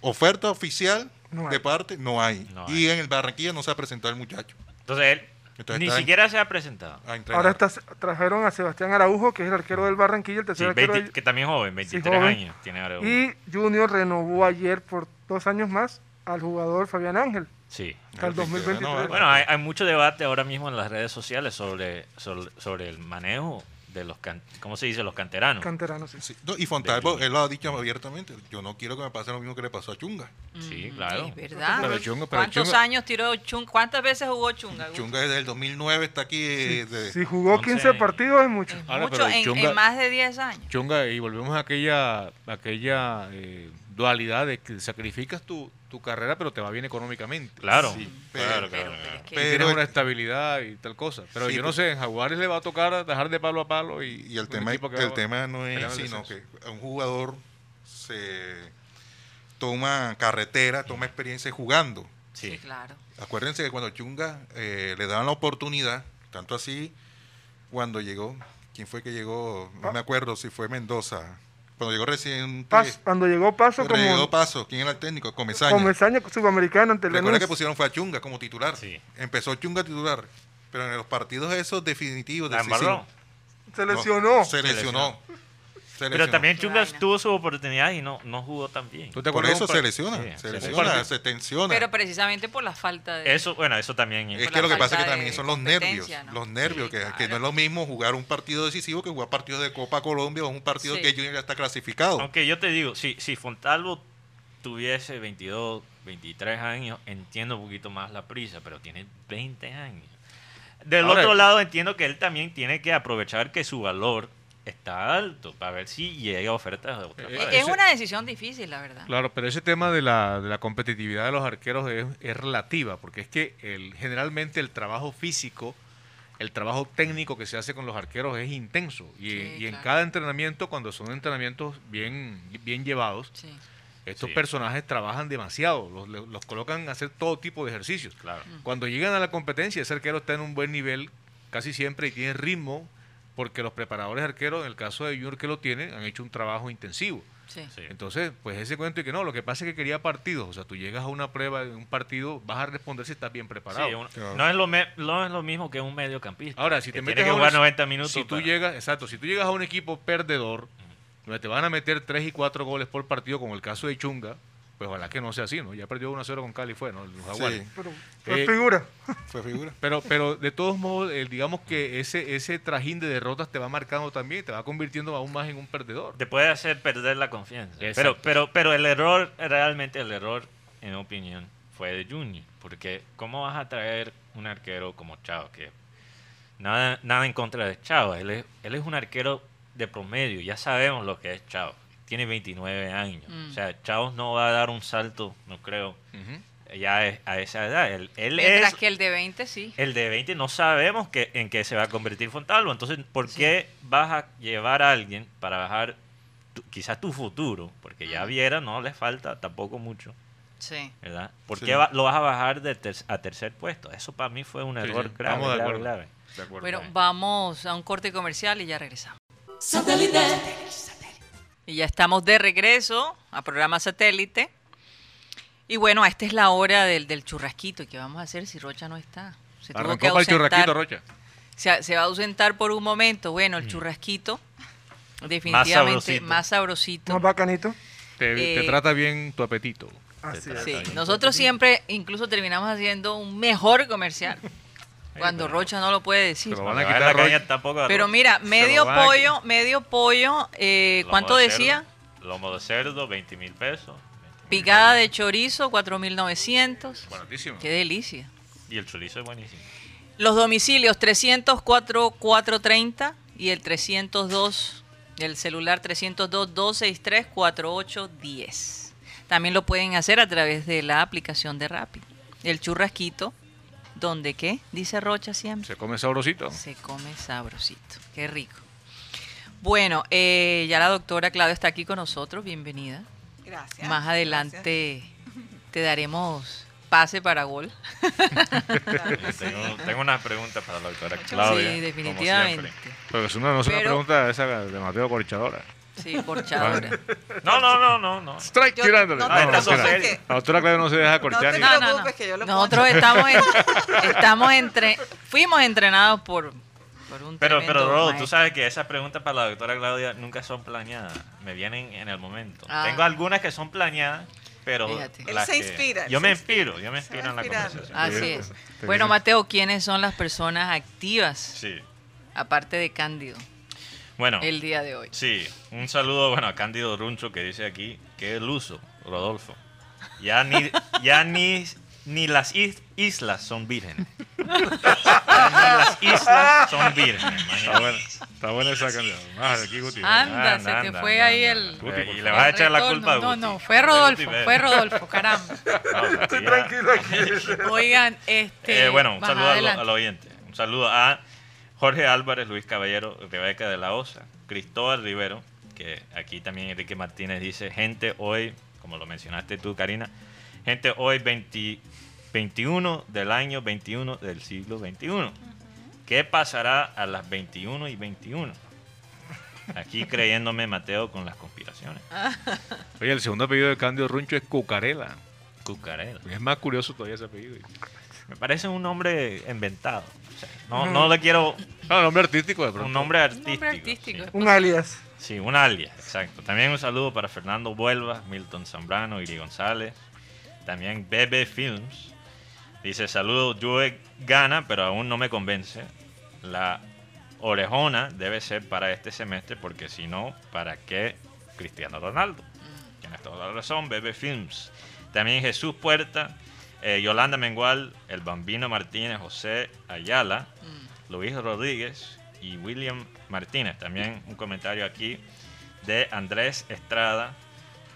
S1: oferta oficial
S5: No hay.
S1: de parte no hay.
S4: No
S1: y en el Barranquilla no se ha presentado el muchacho.
S4: Entonces él
S1: Entonces
S4: ni
S1: está Ah, en-
S4: siquiera se ha presentado.
S1: a entrenar.
S5: Ahora está- trajeron a Sebastián Araujo, que es el arquero del Barranquilla, el
S4: Sí,
S5: tercer
S4: 20
S5: arquero.
S4: que también joven, 23
S5: joven.
S4: años tiene ahora.
S5: Y Junior renovó ayer por dos años más al jugador Fabián Ángel.
S4: Sí.
S5: Hasta el
S1: Así que,
S5: 2023.
S1: bueno,
S4: Bueno, hay, hay mucho debate ahora mismo en las redes sociales sobre, sobre, sobre el manejo de los, can- ¿cómo se dice? Los canteranos.
S5: Canterano, sí.
S1: Sí, no, y Fontalvo, él lo ha dicho abiertamente. Yo no quiero que me pase lo mismo que le pasó a Chunga.
S4: sí,
S3: Mm,
S4: claro.
S3: Es verdad.
S6: Pero Chunga- pero
S3: ¿Cuántos
S6: Chunga-
S3: años tiró Chunga? ¿Cuántas veces jugó Chunga?
S1: Chunga desde el 2009 está aquí. eh, de-
S5: Si jugó
S4: 11
S5: 15
S4: años.
S5: partidos es mucho.
S3: Es
S6: Ahora,
S3: mucho
S6: pero
S3: en,
S6: Chunga-
S3: en más de 10 años.
S6: Chunga, y volvemos a aquella, aquella eh, dualidad de que sacrificas tu, tu carrera, pero te va bien económicamente.
S4: Claro,
S1: Sí,
S4: claro, claro,
S1: pero-
S3: Pero, pero
S4: claro.
S3: es que-
S6: Y
S1: Pero
S6: tienes
S1: el-
S6: una estabilidad y tal cosa. Pero
S1: Sí,
S6: yo no
S1: pero-
S6: sé, en Jaguares le va a tocar dejar de palo a palo. Y,
S1: Y el
S6: un
S1: tema,
S6: equipo que
S1: el
S6: va-
S1: tema no es
S6: peleando el
S1: sino que
S6: descenso.
S1: a un jugador se toma carretera, toma experiencia jugando.
S3: sí.
S4: Sí.
S3: claro.
S1: Acuérdense que cuando Chunga eh, le daban la oportunidad, tanto así, cuando llegó, ¿quién fue que llegó? No me acuerdo si fue Mendoza. Cuando llegó recién,
S5: Ah. Paso- cuando llegó Paso
S1: cuando llegó
S5: como
S1: Paso, ¿quién era el técnico? Comesaña.
S5: Comesaña sudamericano ante
S1: Recuerda que
S5: Lanús.
S1: pusieron fue a Chunga como titular.
S4: Sí.
S1: Empezó Chunga titular, pero en los partidos esos definitivos,
S4: La
S1: decisivos,
S4: embarró.
S5: Se
S1: no,
S5: lesionó.
S1: se lesionó. Se
S4: Pero
S1: lesionó.
S4: también Chunga
S3: Vaina.
S4: tuvo su oportunidad y no, no jugó tan bien.
S6: ¿Tú te
S1: Por
S6: acuerdas
S1: eso
S6: un par-
S1: se lesiona,
S4: Sí,
S1: se
S4: sí.
S1: lesiona, se tensiona.
S3: Pero precisamente por la falta de...
S4: Eso, bueno, eso también.
S1: es
S3: por la
S1: que lo que pasa es que
S3: falta
S1: también
S3: de
S1: son los nervios,
S3: competencia, ¿no?
S1: los nervios,
S3: Sí,
S1: que,
S3: claro.
S1: que no es lo mismo jugar un partido decisivo que jugar partidos de Copa Colombia o un partido
S3: Sí.
S1: que Junior ya está clasificado.
S4: Aunque yo te digo, si, si Fontalvo tuviese 22, 23 años, entiendo un poquito más la prisa, pero tiene 20 años. Del
S6: Ahora-
S4: otro lado, entiendo que él también tiene que aprovechar que su valor está alto para ver si llega a ofertas de otra parte.
S6: Eh,
S3: E, Es- es
S6: Ese-
S3: una decisión difícil, la verdad.
S6: Claro, pero ese tema de la, de la competitividad de los arqueros es, es relativa, porque es que el, generalmente el trabajo físico, el trabajo técnico que se hace con los arqueros es intenso. Y,
S3: Sí,
S6: y en
S3: claro.
S6: cada entrenamiento, cuando son entrenamientos bien, bien llevados,
S3: Sí.
S6: Estos
S4: Sí.
S6: personajes trabajan demasiado, los, los- los colocan a hacer todo tipo de ejercicios.
S4: Claro.
S6: Cuando llegan a la competencia, ese arquero está en un buen nivel casi siempre y tiene ritmo, porque los preparadores arqueros, en el caso de Junior que lo tiene, han hecho un trabajo intensivo.
S3: Sí.
S4: Sí.
S6: Entonces, pues ese cuento y que no, lo que pasa es que quería partidos. O sea, tú llegas a una prueba de un partido, vas a responder si estás bien preparado.
S4: Sí, un-
S1: Claro.
S4: no, es lo me- no es lo mismo que un mediocampista.
S6: Ahora, si
S4: que
S6: te
S4: tiene
S6: metes
S4: que
S6: a un-
S4: jugar 90 minutos.
S6: Si tú
S4: para-
S6: llegas, exacto, si tú llegas a un equipo perdedor, donde te van a meter 3 y 4 goles por partido, como el caso de Chunga, pues ojalá que no sea así, ¿no? Ya perdió 1-0 con Cali, fue, ¿no? Los Jaguares.
S1: Sí,
S5: Pero fue
S6: Eh,
S5: figura.
S1: fue figura.
S6: Pero, pero de todos modos, eh, digamos que ese, ese trajín de derrotas te va marcando también, te va convirtiendo aún más en un perdedor.
S4: Te puede hacer perder la confianza. Pero,
S6: Exacto.
S4: pero, pero el error, realmente el error, en mi opinión, fue de Junior. Porque, ¿cómo vas a traer un arquero como Chao? Que nada, nada en contra de Chao. Él es, él es un arquero de promedio. Ya sabemos lo que es Chao. Tiene 29 años.
S3: Mm.
S4: O sea, Chao no va a dar un salto, no creo, ya es- a esa edad. Él, él
S3: Mientras
S4: es
S3: que el de 20 sí.
S4: el de 20 no sabemos que, en qué se va a convertir Fontalvo. Entonces, ¿por qué vas a llevar a alguien para bajar tu- quizás tu futuro? Porque ya Viera no le falta tampoco mucho,
S3: Sí.
S4: ¿verdad? ¿Por
S1: Sí.
S4: qué va- lo vas a bajar de ter- a tercer puesto? Eso para mí fue un
S6: Sí,
S4: error
S6: sí,
S4: grave,
S6: estamos de
S4: grave,
S6: acuerdo.
S4: grave.
S6: De acuerdo.
S3: Bueno, vamos a un corte comercial y ya regresamos.
S2: Satélite.
S3: Y ya estamos de regreso a programa satélite. Y bueno, esta es la hora del, del churrasquito. ¿Y qué vamos a hacer si Rocha no está? Se tuvo que
S6: Arrancó para el churraquito,
S3: ausentar.
S6: Rocha.
S3: se, se va a ausentar por un momento. Bueno,
S6: Mm.
S3: el churrasquito, definitivamente
S4: sabrosito.
S3: más sabrosito.
S5: Más bacanito.
S6: Te,
S3: Eh,
S6: te trata bien tu apetito.
S5: Así es.
S3: Sí, nosotros siempre incluso terminamos haciendo un mejor comercial. Cuando Rocha no lo puede decir.
S6: Pero van a
S4: Le bajar
S6: quitar
S4: la
S6: Roy-
S4: caña tampoco a
S3: Pero
S4: Roy.
S3: mira, medio
S6: van a
S3: pollo, medio pollo, eh,
S4: Lomo
S3: ¿cuánto
S4: de
S3: decía?
S4: cerdo- Lomo de cerdo, 20 mil pesos.
S3: Picada de chorizo, 4.900.
S6: Buenísimo.
S3: Qué delicia.
S4: Y el chorizo es buenísimo.
S3: Los domicilios 304-430 y el 302, el celular 302-263-4810. También lo pueden hacer a través de la aplicación de Rappi. El churrasquito, donde qué? Dice Rocha siempre.
S6: Se come sabrosito.
S3: Se come sabrosito. Qué rico. Bueno, eh, ya la doctora Claudia está aquí con nosotros. Bienvenida.
S8: Gracias.
S3: Más adelante te daremos pase para gol.
S8: gracias. Claro.
S4: Tengo, tengo una pregunta para la doctora Claudia.
S3: sí,
S4: como
S3: definitivamente.
S4: siempre.
S6: Pero es una, no es una
S3: Pero-
S6: pregunta esa de Mateo Corchadora.
S3: Sí, corchadora.
S4: No, no, no, no, no.
S6: Strike
S8: Yo-
S6: tirándole.
S8: no
S6: Ah, No,
S8: te
S6: mentira.
S8: preocupes que-
S6: La doctora Claudia no se deja
S8: No
S6: corchar.
S8: te
S6: ni-
S8: preocupes. que yo lo
S3: Nosotros
S8: pongo.
S3: estamos, en- estamos entre, fuimos entrenados por, por un
S4: Pero,
S3: tremendo
S4: pero Rodo,
S3: maestro.
S4: tú sabes que esas preguntas para la doctora Claudia nunca son planeadas. Me vienen en el momento.
S3: Ah.
S4: Tengo algunas que son planeadas, pero.
S3: Fíjate.
S8: Él
S4: las
S8: se
S4: que-
S8: inspira, él
S4: Yo
S8: se
S4: me
S8: inspira.
S4: inspiro, yo me
S8: Se va
S4: inspiro en la
S8: inspirando.
S4: conversación.
S3: Así
S6: Bien.
S3: es.
S6: Te
S3: Bueno,
S6: dice-
S3: Mateo, ¿quiénes son las personas activas,
S4: Sí.
S3: aparte de Cándido,
S4: Bueno,
S3: el día de hoy?
S4: sí. Un saludo bueno, a Cándido Runcho que dice aquí que el uso, Rodolfo. Ya ni, ya ni, ni las is- islas son vírgenes. Ya ni las islas son vírgenes.
S6: Está
S4: imagínate.
S6: buena, está buena esa canción. Ah, aquí Guti.
S3: Anda,
S4: Anda,
S3: se te
S4: anda,
S3: fue
S4: anda,
S3: ahí
S4: anda.
S3: el...
S4: Guti, por
S3: el
S4: Y le vas a echar la
S3: retorno.
S4: culpa a
S3: No,
S4: Guti.
S3: no, fue
S4: Fue Guti
S3: Rodolfo,
S4: Vélez.
S3: fue Rodolfo, caramba.
S4: No,
S5: Estoy
S4: ya.
S5: tranquilo aquí.
S3: Oigan, este...
S4: Eh, bueno, un
S3: más
S4: saludo al,
S3: adelante.
S4: al oyente. Un saludo a Jorge Álvarez, Luis Caballero, Rebeca de la Osa, Cristóbal Rivero, que aquí también Enrique Martínez dice, gente hoy, como lo mencionaste tú, Karina, gente hoy 20 21 del año 21 del siglo 21. ¿Qué pasará a las 21 y 21? Aquí creyéndome Mateo con las conspiraciones.
S6: Oye, el segundo apellido de Cándido Runcho es Cucarela.
S4: Cucarela.
S6: Es más curioso todavía ese apellido.
S4: Me parece un nombre inventado. O sea, no, no le quiero
S6: No, nombre artístico de pronto.
S4: un nombre
S3: Un
S4: artístico.
S3: nombre artístico.
S4: sí.
S5: Un alias.
S4: Sí, un alias, exacto. También un saludo para Fernando Vuelva, Milton Zambrano, Iri González. También Bebe Films. Dice, saludo, Jue gana, pero aún no me convence. La orejona debe ser para este semestre, porque si no, ¿para qué Cristiano Ronaldo? Tienes toda la razón, Bebe Films. También Jesús Puerta, eh, Yolanda Mengual, El Bambino Martínez, José Ayala, Luis Rodríguez y William Martínez. También un comentario aquí de Andrés Estrada.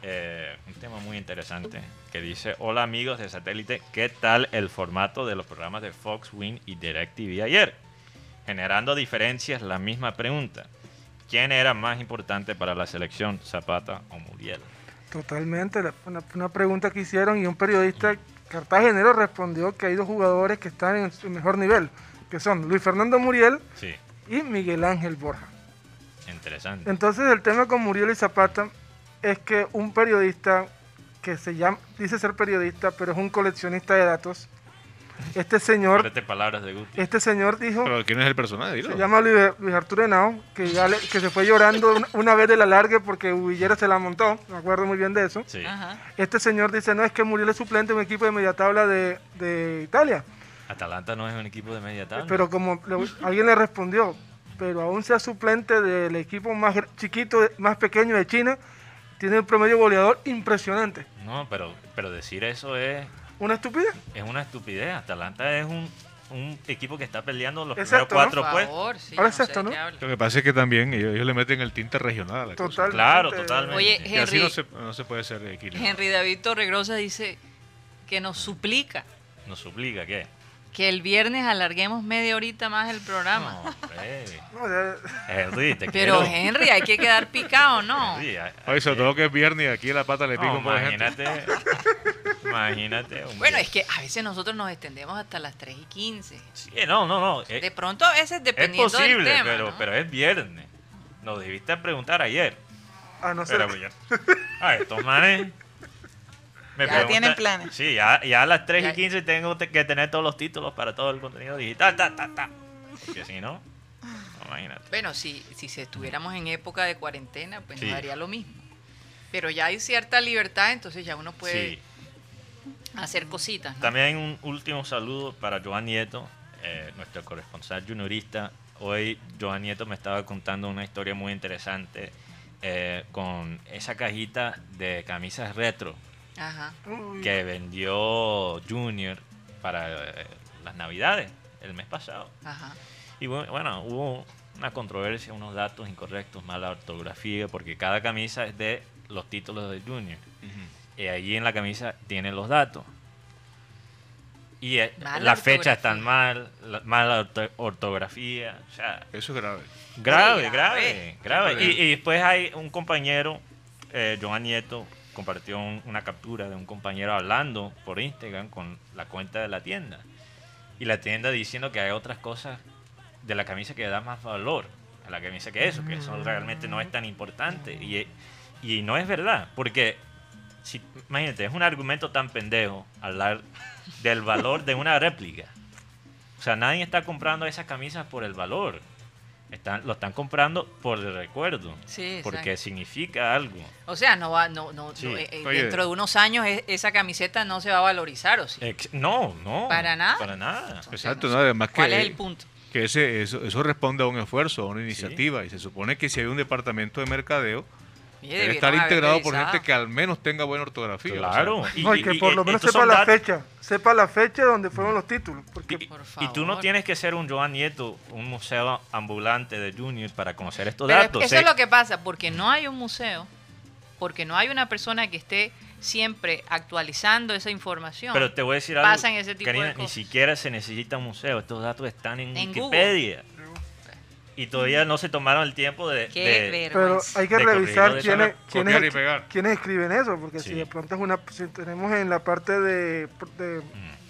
S4: eh, un tema muy interesante que dice, hola amigos de satélite, ¿qué tal el formato de los programas de Fox, Win y DirecTV ayer? Generando diferencias, la misma pregunta. ¿Quién era más importante para la selección, Zapata o Muriel?
S5: Totalmente, la- una, una pregunta que hicieron y un periodista cartagenero respondió que hay dos jugadores que están en su mejor nivel, que son Luis Fernando Muriel
S4: Sí,
S5: y Miguel Ángel Borja.
S4: interesante.
S5: Entonces el tema con Muriel y Zapata es que un periodista que se llama, dice ser periodista, pero es un coleccionista de datos, este señor,
S4: Espérate palabras de Guti.
S5: este señor dijo,
S6: Pero ¿quién es el personaje? Dilo.
S5: se llama Luis, Luis Arturo Henao, que, ya le- que se fue llorando una, una vez de la larga porque Ubillera se la montó, me acuerdo muy bien de eso.
S4: Sí.
S3: Ajá.
S5: Este señor dice, no, es que Muriel es suplente en un equipo de media tabla de, de Italia.
S4: Atalanta no es un equipo de media tabla.
S5: Pero como le- alguien le respondió, pero aún sea suplente del equipo más gr- chiquito, de- más pequeño de China, tiene un promedio goleador impresionante.
S4: No, pero, pero decir eso es,
S5: Una estupidez.
S4: es una estupidez. Atalanta es un, un equipo que está peleando los
S5: Exacto,
S4: primeros
S5: ¿no?
S4: cuatro puestos.
S3: sí,
S5: Ahora
S3: no
S5: es
S3: sé
S5: esto,
S3: de
S5: ¿no?
S3: qué habla.
S6: Lo que pasa es que también ellos, ellos le meten el tinte regional a la cosa.
S5: Total.
S4: Claro,
S5: Totalmente.
S4: totalmente.
S3: Oye,
S6: Que así
S3: Eh, Henry.
S6: no se, no se puede ser eh, equilibrado.
S3: Henry David Torregrosa dice que nos suplica
S4: Nos suplica, ¿qué?
S3: que el viernes alarguemos media horita más el programa.
S4: No, hombre.
S5: No, ya-
S4: Henry, te
S3: Pero
S4: quiero.
S3: Henry, hay que quedar picado, ¿no?
S4: Henry, a-
S6: Oye, sobre todo que es viernes y aquí en la pata le
S4: No,
S6: pico un poco de gente.
S4: imagínate. imagínate. hombre.
S3: Bueno, es que a veces nosotros nos extendemos hasta las 3 y 15.
S4: Sí, no, no, no.
S3: De
S4: Es,
S3: pronto a veces
S4: Eh, es
S3: dependiendo
S4: posible,
S3: del tema,
S4: pero,
S3: ¿no?
S4: pero es viernes. Nos debiste preguntar ayer.
S5: a no ser
S4: Pero, pues, ya- Ah, estos manes. me
S8: Ya tienen planes.
S4: Sí, ya, ya a las 3
S3: Ya-
S4: y 15 tengo te- que tener todos los títulos para todo el contenido digital. Ta, ta, ta. Porque si no, no, imagínate.
S3: Bueno, si, si se estuviéramos en época de cuarentena, pues
S4: Sí.
S3: nos daría lo mismo. Pero ya hay cierta libertad, entonces ya uno
S8: Pues-
S3: puede
S4: Sí.
S3: hacer cositas. ¿no?
S4: También un último saludo para Joan Nieto, eh, nuestro corresponsal juniorista. Hoy Joan Nieto me estaba contando una historia muy interesante eh, con esa cajita de camisas retro
S3: Ajá.
S5: Uy,
S4: que vendió Junior para eh, las navidades el mes pasado.
S3: Ajá.
S4: Y bu- bueno, hubo una controversia, unos datos incorrectos, mala ortografía, porque cada camisa es de los títulos de Junior. Y ahí en la camisa tienen los datos. Y eh,
S3: Mala
S4: las fechas están
S3: ortografía.
S4: mal, la- mala orto- ortografía. O sea,
S6: Eso es grave.
S4: grave,
S3: Sí, grave.
S4: grave, grave. Y, y después hay un compañero, eh, Joan Nieto, compartió un- una captura de un compañero hablando por Instagram con la cuenta de la tienda. Y la tienda diciendo que hay otras cosas de la camisa que da más valor a la camisa que eso, que eso realmente no es tan importante. Y, y no es verdad, porque si, imagínate, es un argumento tan pendejo hablar del valor de una réplica. O sea, nadie está comprando esas camisas por el valor. Están, lo están comprando por el recuerdo.
S3: Sí,
S4: porque
S3: exacto.
S4: significa algo.
S3: O sea, no va, no, no,
S4: Sí.
S3: no, eh, eh,
S6: Oye.
S3: dentro de unos años e- esa camiseta no se va a valorizar, ¿o sí?
S4: Ex- no, no.
S3: Para nada.
S4: Para nada.
S6: Exacto, ¿no? además que,
S3: ¿Cuál es el punto?
S6: que ese, eso, eso responde a un esfuerzo, a una iniciativa. Y se supone que si hay un departamento de mercadeo,
S3: Oye,
S6: debe
S3: debieron
S6: estar
S3: haber
S6: integrado por
S3: revisado.
S6: gente que al menos tenga buena ortografía. o sea,
S4: Claro.
S5: no, y que por lo menos
S4: e, estos
S5: sepa
S4: son
S5: la
S4: datos-
S5: fecha. Sepa la fecha donde fueron los títulos. Porque
S4: Y,
S3: Por
S4: y tú no
S3: favor.
S4: tienes que ser un Joan Nieto, un museo ambulante de Junior para conocer estos
S3: Pero es-
S4: datos.
S3: eso
S4: Eh,
S3: es lo que pasa, porque no hay un museo, porque no hay una persona que esté siempre actualizando esa información.
S4: Pero te voy a decir algo.
S3: Pasan ese tipo de
S4: Karina,
S3: cosas.
S4: Ni siquiera se necesita un museo. Estos datos están en,
S3: En
S4: Wikipedia. Y todavía no se tomaron el tiempo de.
S3: Qué
S4: de-
S5: pero
S3: vergüenza.
S5: hay que
S4: De corrido,
S5: revisar
S4: de
S5: quiénes,
S4: saber
S5: quiénes,
S6: copiar y pegar.
S5: quiénes escriben eso, porque si
S4: Sí.
S5: de pronto es una, si tenemos en la parte de, de-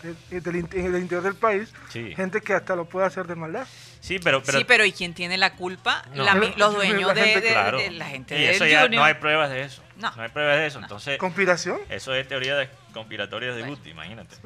S5: de- del, in- del interior del país,
S4: Sí.
S5: gente que hasta lo puede hacer de maldad.
S4: Sí, pero. pero
S3: sí, pero ¿y quién tiene la culpa?
S4: No.
S3: La mi- los dueños
S5: La
S3: de,
S5: gente-
S3: de- de-
S4: claro.
S3: la gente
S4: y
S3: de
S4: eso ya no
S3: Junior.
S4: hay pruebas de eso.
S3: No.
S4: No, hay pruebas de eso. Entonces,
S5: ¿Conspiración?
S4: eso es teoría de conspiratorias de
S3: Bueno.
S4: Guti, imagínate.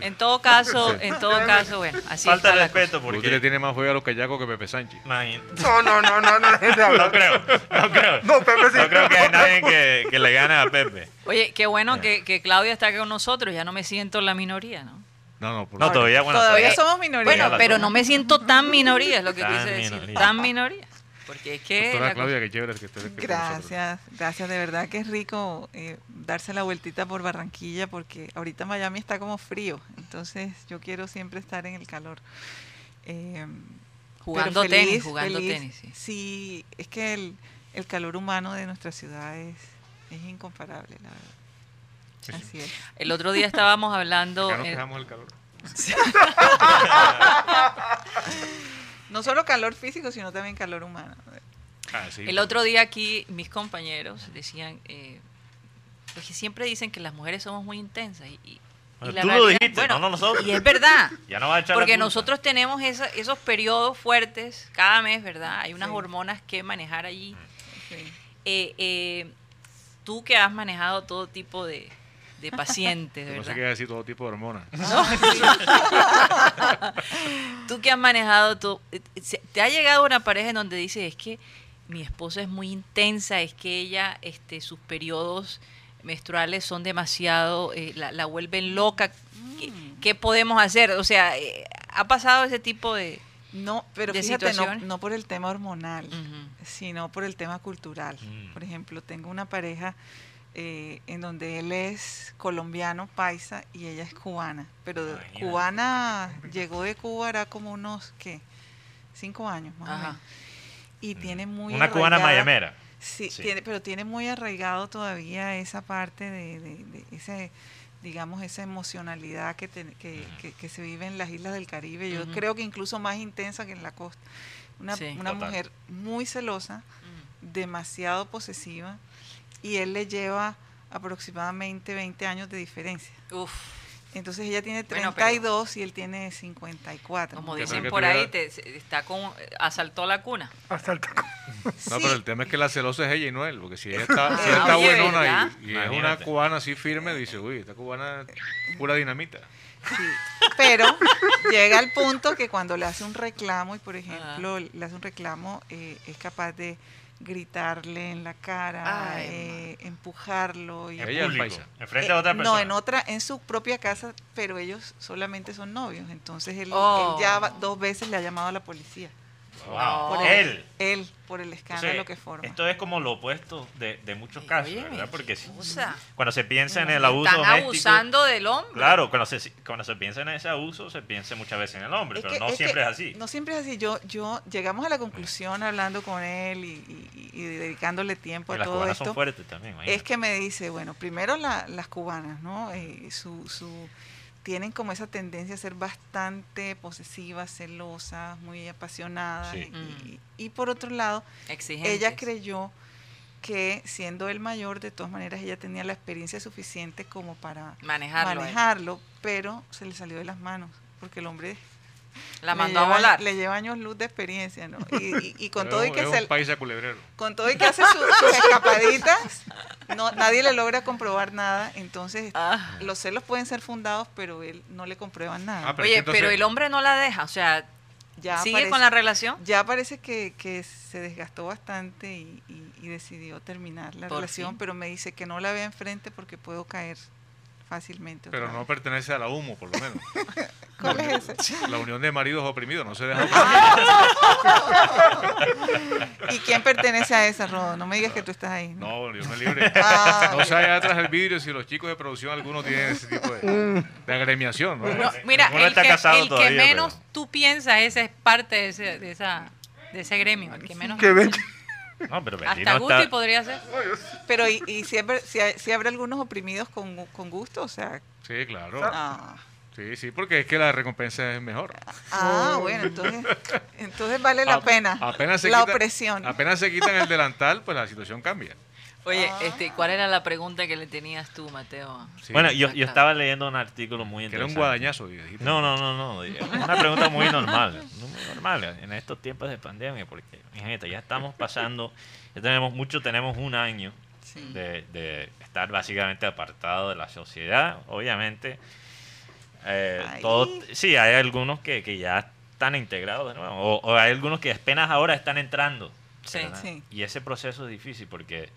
S3: En todo caso, en todo caso, bueno, así
S4: Falta
S3: está
S4: de
S3: la
S4: respeto
S6: Guti le
S4: porque.
S6: tiene más fe a los cayacos que Pepe Sánchez.
S4: Imagínate.
S5: No, no, no, no, no, dejen de
S4: No
S5: hablar.
S4: creo, no creo.
S5: No, Pepe sí.
S4: No creo que haya nadie que, que le gane a Pepe.
S3: cosa. Oye, qué bueno que, que Claudia está con nosotros, ya no me siento la minoría, ¿no?
S6: No, no, por
S4: No,
S6: favor.
S4: todavía, bueno,
S8: Todavía
S4: todavía-
S8: somos minoría.
S3: Bueno,
S4: la
S3: pero
S4: toma.
S3: no me siento tan minoría, es lo que
S4: Tan
S3: quise decir,
S4: minoría.
S3: tan minoría. Porque es que...
S6: Doctora
S3: la cosa-
S6: Claudia, qué chévere que estés aquí con nosotros.
S8: Gracias, gracias, de verdad que es rico eh, darse la vueltita por Barranquilla porque ahorita Miami está como frío, entonces yo quiero siempre estar en el calor. Eh,
S3: Jugando
S8: pero
S3: tenis,
S8: feliz,
S3: jugando
S8: feliz.
S3: tenis. sí.
S8: Sí, es que el, el calor humano de nuestra ciudad es, es incomparable, la verdad. Así es.
S3: El otro día estábamos hablando... eh,
S6: Acá nos
S3: en-
S6: quejamos del calor.
S8: No solo calor físico, sino también calor humano.
S6: Ah, sí.
S4: pues.
S3: El otro día aquí mis compañeros decían, eh, Porque siempre dicen que las mujeres somos muy intensas. Y, y- y
S4: Bueno,
S3: la
S4: tú lo
S3: realidad-
S4: dijiste, no nosotros.
S3: Y es verdad.
S4: Ya no va a echar la
S3: Porque
S4: culpa.
S3: nosotros tenemos esa- esos periodos fuertes cada mes, ¿verdad? Hay unas hormonas que manejar allí.
S4: Mm.
S8: Sí.
S3: Eh, eh, tú que has manejado todo tipo de, de pacientes,
S6: No sé
S3: ¿verdad? Ah,
S6: qué decir todo tipo de hormonas.
S3: Tú que has manejado, tú, eh, se- ¿te ha llegado una pareja en donde dices, es que mi esposa es muy intensa, es que ella, este, sus periodos menstruales son demasiado, eh, la, la vuelven loca? ¿Qué,
S8: Mm.
S3: qué podemos hacer? O sea, eh, ¿ha pasado ese tipo de...?
S8: No, pero
S3: de Mm.
S8: fíjate, no,
S3: situaciones.
S8: no por el tema hormonal,
S3: Ujú.
S8: sino por el tema cultural.
S4: Mm.
S8: Por ejemplo, tengo una pareja eh, en donde él es colombiano, paisa, y ella es cubana. Pero de-
S4: Imagínate.
S8: cubana llegó de Cuba hará como unos, ¿qué? Cinco años más o
S3: Ajá.
S8: menos. Y tiene muy
S4: Mm. Una cubana
S8: arraigada-
S4: mayamera.
S8: Sí,
S4: Sí.
S8: Tiene, pero tiene muy arraigado todavía esa parte de, de- de ese, digamos, esa emocionalidad que, te- que, que- que se vive en las islas del Caribe. Yo
S3: Ujú.
S8: creo que incluso más intensa que en la costa. Una,
S3: Sí.
S8: una
S4: Total.
S8: mujer muy celosa, demasiado posesiva, y él le lleva aproximadamente 20 años de diferencia.
S3: Uf.
S8: Entonces ella tiene
S3: Bueno, pero-
S8: 32 y él tiene 54.
S3: Como
S6: Que
S3: dicen
S6: que
S3: por
S6: tuviera-
S3: ahí, te, se- está con, asaltó la cuna.
S5: Hasta el taco.
S6: No,
S8: Sí.
S6: pero el tema es que la celosa es ella y no él, porque si ella está, si
S3: Ah,
S6: ella está
S3: oye,
S6: buenona
S3: ¿verdad?
S6: y, y es una
S4: Imagínate.
S6: cubana así firme, dice, uy, esta cubana es pura dinamita.
S8: Sí, pero llega al punto que cuando le hace un reclamo y por ejemplo
S3: Ah.
S8: le hace un reclamo eh, es capaz de gritarle en la cara,
S3: Ay,
S8: eh, empujarlo y
S4: En
S6: Ella es
S4: público,
S6: paisa.
S4: Enfrente
S8: Eh,
S4: a otra persona.
S8: No, en otra, en su propia casa, pero ellos solamente son novios, entonces él,
S3: Oh.
S8: él ya va- dos veces le ha llamado a la policía.
S4: Wow.
S3: Por
S4: Él.
S8: Él por el escándalo
S4: Entonces,
S8: que forma.
S4: Esto es como lo opuesto de, de muchos casos,
S3: Eh, Oye,
S4: ¿verdad? Porque si-
S3: cosa.
S4: cuando se piensa en el abuso
S3: Están
S4: doméstico,
S3: abusando del hombre.
S4: claro, cuando se, cuando se piensa en ese abuso, se piensa muchas veces en el hombre,
S8: Es
S4: pero
S8: que-
S4: no
S8: es que
S4: siempre es así.
S8: No siempre es así. Yo, yo llegamos a la conclusión hablando con él y, y- y dedicándole tiempo
S4: Porque
S8: a
S4: las
S8: todo
S4: cubanas
S8: esto.
S4: son fuertes también.
S8: es
S4: imagínate.
S8: que me dice, bueno, primero la- las cubanas, ¿no? Eh, su, su- tienen como esa tendencia a ser bastante posesivas, celosas, muy apasionadas.
S4: Sí.
S8: Y,
S3: Mm.
S8: y- y por otro lado,
S3: Exigentes.
S8: ella creyó que siendo el mayor, de todas maneras, ella tenía la experiencia suficiente como para
S3: Manejarlo. a él.
S8: manejarlo, pero se le salió de las manos, porque el hombre
S3: La
S8: le
S3: mandó a
S8: lleva-
S3: volar.
S8: Le lleva años luz de experiencia, ¿no? Y, y- y con
S6: Pero
S8: todo
S6: es
S8: y
S6: un-
S8: que
S6: es
S8: se,
S6: un paisa culebrero.
S8: con todo y que hace su- sus escapaditas, no, nadie le logra comprobar nada. Entonces,
S3: Ah.
S8: los celos pueden ser fundados, pero él no le comprueban nada.
S6: Ah, pero es
S3: Oye,
S6: que entonces-
S3: pero el hombre no la deja, o sea,
S8: ya
S3: sigue
S8: parece,
S3: con la relación.
S8: ya parece que, que se desgastó bastante y, y- y decidió terminar la
S3: Por
S8: relación,
S3: fin.
S8: pero me dice que no la vea enfrente porque puedo caer fácilmente. otra
S6: Pero no
S8: vez.
S6: pertenece a la humo, por lo menos.
S8: ¿Cuál es ese?
S6: La unión de maridos oprimidos no se deja.
S8: ¿Y quién pertenece a esa, Rodo? No me digas que tú estás ahí. ¿no?
S6: No, Dios me libre.
S8: Ah.
S6: No se haya atrás del vidrio si los chicos de producción algunos tienen ese tipo de, de agremiación. ¿no?
S3: No, mira,
S4: Ninguno
S3: el
S4: está
S3: que,
S4: casado
S3: el que
S4: todavía,
S3: menos
S4: pero-
S3: tú piensas ese es parte de ese, de esa, de ese gremio, el que menos...
S5: Qué bello.
S4: No, pero Betty
S3: Hasta
S4: no
S3: Gusti
S4: está.
S3: podría ser.
S8: Pero y, y si, habrá, si, hay- si habrá algunos oprimidos con, gu- con gusto, o sea...
S6: Sí, claro.
S8: ah.
S6: Sí, sí, porque es que la recompensa es mejor.
S8: Ah, bueno, entonces, entonces vale la
S6: A-
S8: pena
S6: Oh. Apenas se
S8: la
S6: quita-
S8: opresión.
S6: Apenas se quitan el delantal, pues la situación cambia.
S3: Oye, este, ¿cuál era la pregunta que le tenías tú, Mateo?
S6: Sí.
S4: Bueno, yo, yo estaba leyendo un artículo muy
S6: que era un
S4: interesante.
S6: guadañazo. y dijiste,
S4: No, no, no, no. es Una pregunta muy normal. no Muy normal en estos tiempos de pandemia, porque, mi gente, ya estamos pasando, ya tenemos mucho, tenemos un año de, de estar básicamente apartado de la sociedad. Obviamente, eh,
S8: Ay.
S4: todo- sí, hay algunos que, que ya están integrados de nuevo, o, o hay algunos que apenas ahora están entrando.
S3: Sí,
S4: ¿verdad?
S8: sí.
S4: Y ese proceso es difícil porque,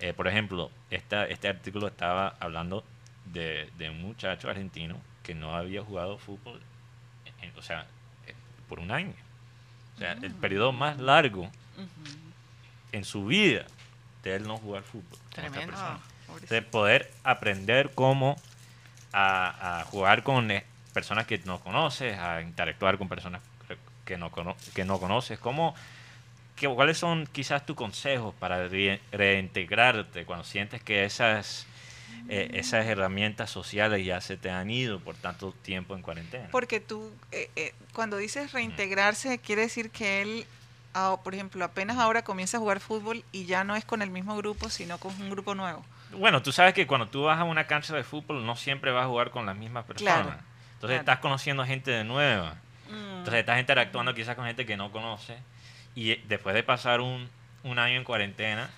S4: eh, por ejemplo, esta, este artículo estaba hablando de, de un muchacho argentino que no había jugado fútbol, en- o sea, eh, por un año. O sea, el periodo más largo en su vida de él no jugar fútbol. con esta
S3: Tremendo.
S4: persona.
S8: Ah, pobrecito.
S4: de poder aprender cómo a, a jugar con eh, personas que no conoces, a interactuar con personas que no, cono- que no conoces, cómo, que, cuáles son quizás tus consejos para re- reintegrarte cuando sientes que esas, eh, esas herramientas sociales ya se te han ido por tanto tiempo en cuarentena.
S8: Porque tú, eh, eh, cuando dices reintegrarse, quiere decir que él, ah, por ejemplo, apenas ahora comienza a jugar fútbol y ya no es con el mismo grupo, sino con un grupo nuevo.
S4: Bueno, tú sabes que cuando tú vas a una cancha de fútbol no siempre vas a jugar con las mismas personas.
S8: Claro,
S4: Entonces
S8: claro.
S4: estás conociendo gente de nueva. Entonces estás interactuando quizás con gente que no conoce. Y eh, después de pasar un, un año en cuarentena,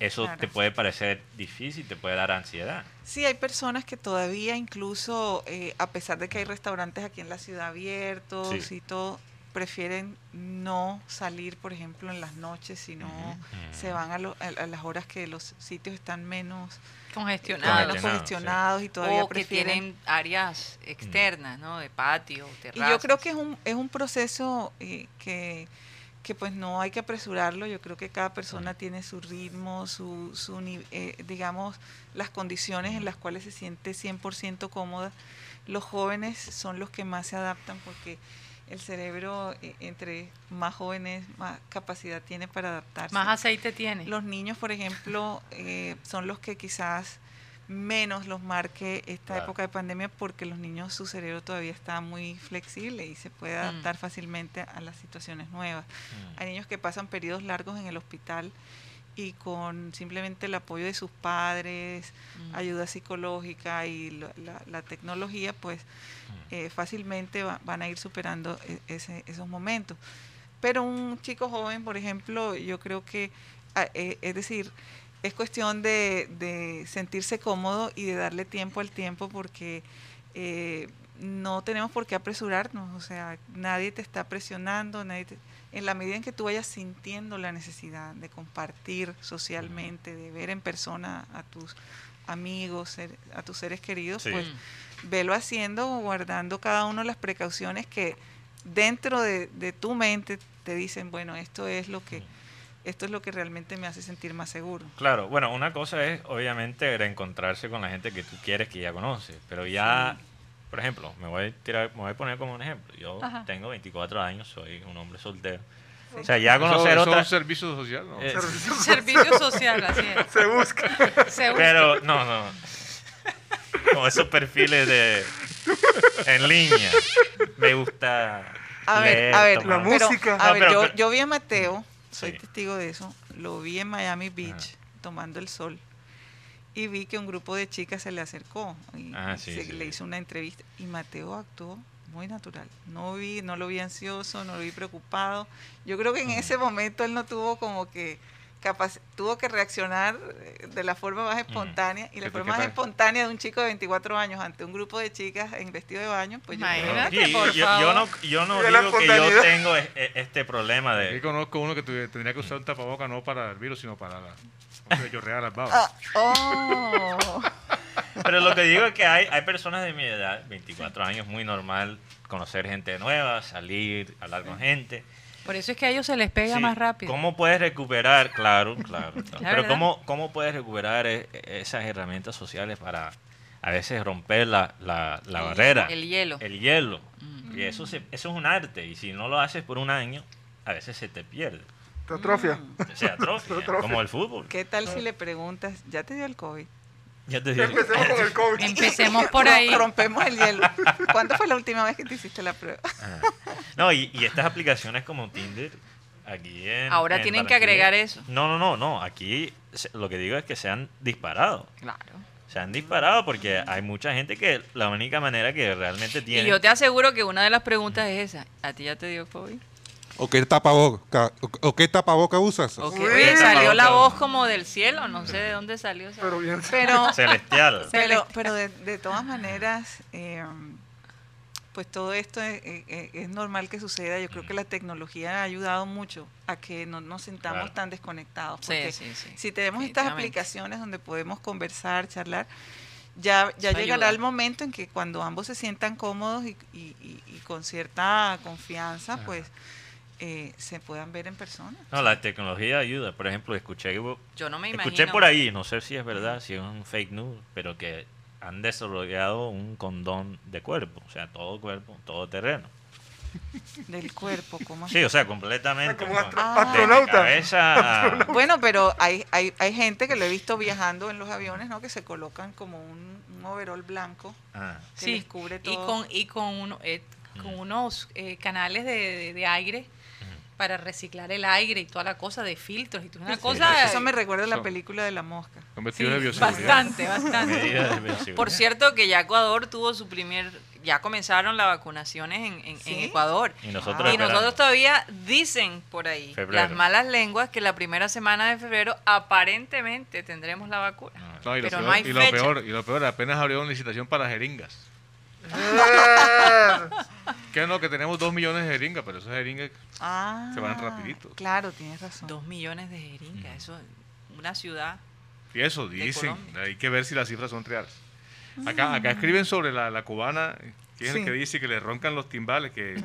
S4: eso
S8: Claro.
S4: te puede parecer difícil, te puede dar ansiedad.
S8: Sí, hay personas que todavía incluso, eh, a pesar de que hay restaurantes aquí en la ciudad abiertos
S4: Sí.
S8: y todo, prefieren no salir, por ejemplo, en las noches, sino
S4: Mm.
S8: se van a, lo- a- a las horas que los sitios están menos, eh,
S3: Congestionado.
S4: Congestionado, sí.
S8: menos congestionados y todavía
S3: O que
S8: prefieren
S3: tienen áreas externas, ¿no? De patio,
S8: y
S3: terrazas.
S8: yo creo que es un, es un proceso eh, que, que pues no hay que apresurarlo, yo creo que cada persona tiene su ritmo, su, su ni- eh, digamos, las condiciones en las cuales se siente 100% cómoda. Los jóvenes son los que más se adaptan porque el cerebro eh, entre más jóvenes más capacidad tiene para adaptarse.
S10: Más aceite tiene.
S8: Los niños, por ejemplo, eh, son los que quizás menos los marque esta
S4: Claro.
S8: época de pandemia porque los niños, su cerebro todavía está muy flexible y se puede adaptar fácilmente a las situaciones nuevas.
S4: Mm.
S8: Hay niños que pasan periodos largos en el hospital y con simplemente el apoyo de sus padres, ayuda psicológica y lo- la, la tecnología, pues eh, fácilmente va- van a ir superando e- ese- esos momentos. Pero un chico joven, por ejemplo, yo creo que, a- eh, es decir, es cuestión de, de sentirse cómodo y de darle tiempo al tiempo porque eh, no tenemos por qué apresurarnos, o sea, nadie te está presionando, nadie te- en la medida en que tú vayas sintiendo la necesidad de compartir socialmente, de ver en persona a tus amigos, ser- a tus seres queridos,
S4: Sí.
S8: pues velo haciendo, guardando cada uno las precauciones que dentro de, de tu mente te dicen, bueno, esto es lo que esto es lo que realmente me hace sentir más seguro.
S4: Claro, bueno, una cosa es obviamente reencontrarse con la gente que tú quieres que ya conoces, pero ya, por ejemplo, me voy, a tirar, me voy a poner como un ejemplo. Yo
S10: Ajá.
S4: tengo 24 años, soy un hombre soltero. O sea, ya conocer
S6: ¿Eso- eso
S4: otra...
S6: es un servicio social? ¿no?
S4: eh,
S10: Servicio social, así es.
S5: Se busca.
S10: Se busca.
S4: pero, no, no. Como esos perfiles de... En línea. Me gusta...
S8: A ver,
S4: leer,
S8: a ver,
S4: tomar-
S5: La
S8: pero,
S5: música.
S8: a
S4: No,
S8: ver,
S4: pero-
S8: yo,
S4: pero-
S8: yo vi a Mateo, soy
S4: Sí.
S8: testigo de eso, lo vi en Miami Beach tomando el sol y vi que un grupo de chicas se le acercó y
S4: Ah, sí,
S8: se-
S4: sí,
S8: le
S4: sí.
S8: hizo una entrevista y Mateo actuó muy natural. No vi, no lo vi ansioso, no lo vi preocupado. Yo creo que en ese momento él no tuvo como que capaz, tuvo que reaccionar eh, de la forma
S4: Mm.
S8: más espontánea y la
S6: ¿Qué-
S8: forma
S6: qué
S8: más
S6: tal?
S8: espontánea de un chico de 24 años ante un grupo de chicas en vestido de baño, pues yo creo que-
S10: Imagínate,
S4: Sí,
S10: por
S4: yo, yo
S10: favor.
S4: no, yo no
S5: De la
S4: digo que yo
S5: espontaneidad.
S4: tengo e- e- este problema
S6: Aquí
S4: de...
S6: conozco uno que tuve- tendría que usar un tapaboca no para el virus, sino para la, chorrear las babas.
S8: Ah, Oh.
S4: Pero lo que digo es que hay, hay personas de mi edad, 24 años, muy normal conocer gente nueva, salir, hablar con gente.
S10: Por eso es que a ellos se les pega
S4: Sí,
S10: más rápido.
S4: ¿Cómo puedes recuperar? Claro, claro. claro. Pero
S10: ¿verdad?
S4: ¿cómo, ¿cómo puedes recuperar e- e- esas herramientas sociales para a veces romper la, la- la
S3: El-
S4: barrera?
S3: el hielo. Mm.
S4: El hielo. Y eso, se- eso es un arte. Y si no lo haces por un año, a veces se te pierde.
S5: Te atrofia.
S4: O sea, atrofia,
S5: Atrofia.
S4: como el fútbol.
S8: ¿Qué tal si le preguntas, ya te dio el COVID?
S4: Ya te digo.
S5: Empecemos con el coach.
S10: Empecemos por ahí.
S8: Rompemos el hielo. ¿Cuándo fue la última vez que te hiciste la prueba?
S4: No, y, y estas aplicaciones como Tinder, aquí en.
S3: Ahora
S4: en
S3: tienen que
S4: Barranquilla-
S3: agregar eso.
S4: No, no, no, no. Aquí se- lo que digo es que se han disparado.
S3: Claro.
S4: Se han disparado porque hay mucha gente que la única manera que realmente tiene.
S3: Y yo te aseguro que una de las preguntas es esa. ¿A ti ya te dio COVID?
S1: ¿O qué tapaboca, o, o qué tapaboca usas?
S3: ¿O qué?
S5: Uy,
S3: Oye, salió la
S4: tapabocas.
S3: voz como del cielo. No sé de dónde salió. esa
S5: Pero
S3: voz.
S5: bien.
S8: Pero,
S4: Celestial.
S8: pero, pero de, de todas maneras, eh, pues todo esto es, eh, eh, es normal que suceda. Yo creo que la tecnología ha ayudado mucho a que no nos sintamos
S4: Claro.
S8: tan desconectados.
S3: Sí,
S8: porque
S3: sí, sí.
S8: si tenemos estas
S3: Definitivamente.
S8: aplicaciones donde podemos conversar, charlar, ya, ya
S3: Eso
S8: llegará
S3: ayuda.
S8: el momento en que cuando ambos se sientan cómodos y, y- y- y con cierta confianza, pues eh, se puedan ver en persona.
S4: No, la tecnología ayuda. Por ejemplo, escuché,
S3: Yo no me imagino.
S4: escuché por ahí, no sé si es verdad, si es un fake news, pero que han desarrollado un condón de cuerpo. O sea, todo cuerpo, todo terreno.
S8: Del cuerpo, ¿cómo
S4: Sí, o sea, completamente.
S5: Como un astro-
S4: ¿no?
S8: Ah.
S4: De
S5: astronauta.
S4: cabeza a-
S8: Bueno, pero hay, hay, hay gente que lo he visto viajando en los aviones, ¿no? Que se colocan como un, un overol blanco
S4: Ah.
S8: que
S10: Sí,
S8: les cubre todo.
S10: Y con, y con, uno- eh, con unos eh, canales de, de- de aire para reciclar el aire y toda la cosa de filtros y toda una
S8: Sí,
S10: cosa.
S8: Eso me recuerda a la
S6: Son-
S8: película de la mosca.
S6: Son vestidos de bioseguridad.
S10: bastante, bastante.
S4: Medidas de bioseguridad.
S3: Por cierto que ya Ecuador tuvo su primer, ya comenzaron las vacunaciones en, en- en
S8: ¿Sí?
S3: Ecuador.
S4: Y nosotros
S3: Y
S4: esperando.
S3: nosotros todavía dicen por ahí,
S4: Febrero.
S3: las malas lenguas, que la primera semana de febrero aparentemente tendremos la vacuna.
S6: No, y lo
S3: pero
S6: peor,
S3: no hay
S6: y lo
S3: fecha.
S6: peor, y lo peor, apenas abrieron licitación para jeringas. Que no, que tenemos dos millones de jeringas, pero esas jeringas
S8: Ah,
S6: Se van rapidito.
S8: Claro, tienes razón.
S3: Dos millones de jeringas, eso una ciudad.
S6: Y eso
S3: De
S6: dicen,
S3: Colombia. Mm.
S6: hay que ver si las cifras son reales. Acá, acá escriben sobre la, la cubana, que es el
S8: Sí.
S6: que dice que le roncan los timbales, que,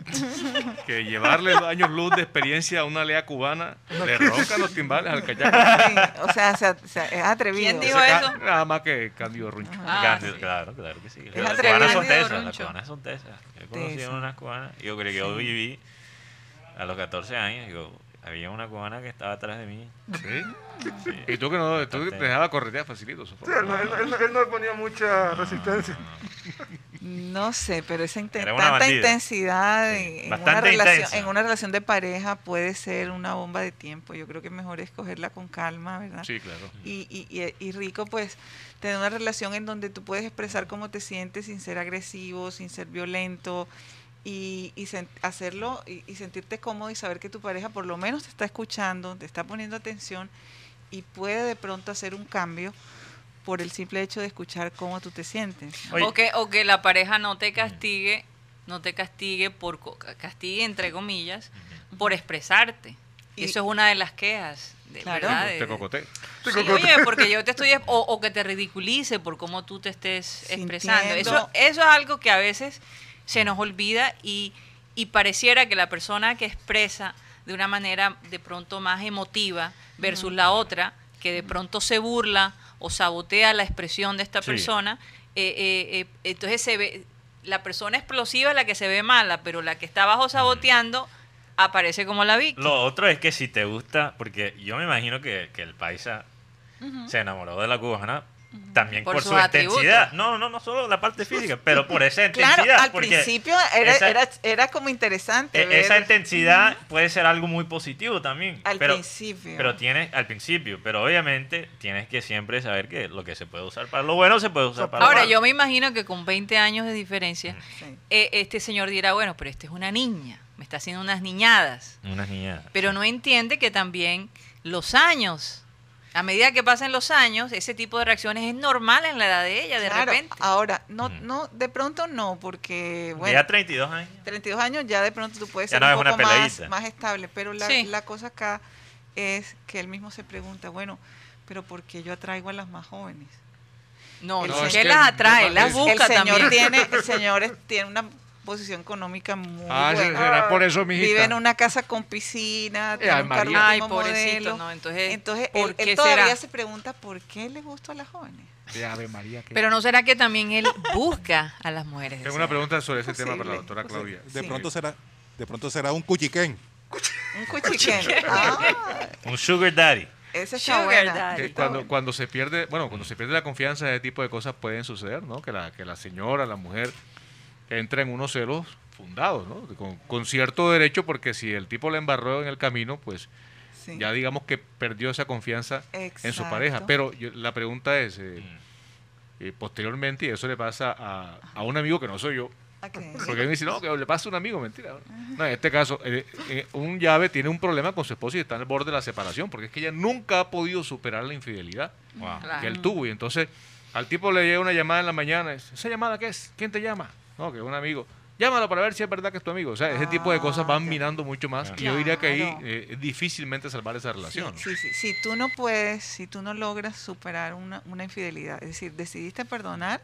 S6: que llevarle dos años luz de experiencia a una lea cubana, le roncan los timbales al callaco.
S8: Sí, o sea, se- se- es atrevido.
S3: ¿Quién dijo
S6: Ese ca-
S3: eso?
S6: Nada más que Cándido Runcho.
S10: Ah,
S4: Cándido,
S10: sí.
S4: Claro, claro que sí.
S8: Es
S4: Las
S8: atrevido.
S4: cubanas son
S10: Cándido
S4: tesas, las
S10: Oruncho.
S4: cubanas son tesas. Yo conocí a
S8: Tesas.
S4: una cubana, yo creo que yo viví a los 14 años, yo, había una cubana que estaba atrás de mí.
S6: ¿Sí? Y tú que no, tú que te dejaba corretear facilito. Sofía.
S5: Sí, él, no- él no- él no- él no le ponía mucha
S4: Ah,
S5: resistencia.
S8: No sé, pero esa inten-
S4: Era una
S8: tanta
S4: bandida.
S8: intensidad
S4: Sí,
S8: en- en, una
S4: bastante intensa.
S8: relación, en una relación de pareja puede ser una bomba de tiempo. Yo creo que mejor es cogerla con calma, ¿verdad?
S6: Sí, claro.
S8: Y, y- y- y rico, pues, tener una relación en donde tú puedes expresar cómo te sientes sin ser agresivo, sin ser violento y, y sen- hacerlo y, y sentirte cómodo y saber que tu pareja por lo menos te está escuchando, te está poniendo atención y puede de pronto hacer un cambio por el simple hecho de escuchar cómo tú te sientes.
S4: Oye.
S3: O que, o que la pareja no te castigue, no te castigue por co- castigue entre comillas, por expresarte. Y
S8: Y-
S3: eso es una de las quejas. De,
S8: Claro.
S3: ¿verdad?
S6: Te
S3: De-
S6: cocoté.
S3: Ah, eh, Sí, oye, porque yo te estoy o, o que te ridiculice por cómo tú te estés expresando. Eso,
S8: Sintiendo.
S3: eso es algo que a veces se nos olvida y, y pareciera que la persona que expresa de una manera de pronto más emotiva versus la otra, que de pronto se burla o sabotea la expresión de esta
S4: Sí.
S3: persona, eh, eh, eh, entonces se ve, la persona explosiva es la que se ve mala, pero la que está abajo saboteando aparece como la víctima.
S4: Lo otro es que si te gusta, porque yo me imagino que, que el paisa se enamoró de la cubana también
S3: Por
S4: por,
S3: sus
S4: su intensidad.
S3: atributos.
S4: No, no, no solo la parte física, pero por esa intensidad.
S8: Claro, al
S4: porque
S8: principio era,
S4: esa-
S8: era, era como interesante.
S4: e-
S8: ver
S4: esa intensidad puede ser algo muy positivo también.
S8: al
S4: pero,
S8: principio.
S4: Pero tienes, al principio, pero obviamente tienes que siempre saber que lo que se puede usar para lo bueno se puede usar para lo
S3: Ahora,
S4: malo.
S3: yo me imagino que con 20 años de diferencia,
S8: Sí.
S3: eh, este señor dirá, bueno, pero esta es una niña, me está haciendo unas niñadas.
S4: Unas niñadas.
S3: Pero no entiende que también los años, a medida que pasan los años, ese tipo de reacciones es normal en la edad de ella, de
S8: Claro,
S3: repente.
S8: Ahora, no,
S4: Mm.
S8: no, de pronto no, porque bueno,
S4: ya 32 años.
S8: 32 años ya de pronto tú puedes
S4: Ya
S8: ser
S4: no es
S8: un
S4: una
S8: poco más,
S4: peleadita.
S8: más estable, pero la,
S3: Sí.
S8: la cosa acá es que él mismo se pregunta, bueno, pero ¿por qué yo atraigo a las más jóvenes?
S3: No,
S8: El
S3: no,
S8: señor-
S3: es que las atrae, las
S6: El
S3: busca
S8: el señor
S3: también.
S8: tiene, el señor es- tiene una posición económica muy
S6: Ah, sí,
S8: buena.
S6: será por eso,
S8: pues, Vive en
S6: mijita.
S8: una casa con piscina, tiene
S6: ay,
S8: un
S6: María.
S8: carro
S3: Ay,
S8: último
S3: pobrecito,
S8: modelo.
S3: no, entonces,
S8: Entonces,
S3: ¿por
S8: él, él
S3: qué
S8: todavía
S3: será?
S8: se pregunta por qué le gusta a las jóvenes.
S3: Pero no será que también él busca a las mujeres.
S6: Tengo una
S3: deseadas?
S6: pregunta sobre ese tema para la
S8: Posible,
S6: doctora
S8: posible.
S6: Claudia.
S8: Sí.
S1: De pronto será, de pronto será un cuchiquén.
S8: Un cuchiquén. Ah,
S4: Un sugar daddy.
S8: esa está
S3: Sugar
S8: buena.
S3: daddy.
S6: Que cuando, cuando se pierde, bueno, cuando se pierde la confianza, ese tipo de cosas pueden suceder, ¿no? Que la, que la señora, la mujer, entra en unos celos fundados, ¿no? Con, con cierto derecho, porque si el tipo la embarró en el camino, pues
S8: Sí.
S6: ya digamos que perdió esa confianza en su
S8: Exacto.
S6: pareja. Pero yo- la pregunta es, eh, eh, posteriormente, y eso le pasa a, a un amigo que no soy yo,
S8: Ok.
S6: porque me dice, no, que le pasa a un amigo, mentira. No, en este caso, eh, eh, un llave tiene un problema con su esposo y está al borde de la separación, porque es que ella nunca ha podido superar la infidelidad
S4: Wow.
S3: Claro.
S6: que él tuvo. Y entonces al tipo le llega una llamada en la mañana. es, ¿Esa llamada qué es? ¿Quién te llama? No, que es un amigo. Llámalo para ver si es verdad que es tu amigo. O sea, ese tipo de cosas van minando mucho más. Y yo diría que ahí
S8: Ah, Claro.
S6: eh, es difícilmente salvar esa relación.
S8: Sí, sí, sí. Si tú no puedes, si tú no logras superar una, una infidelidad, es decir, decidiste perdonar,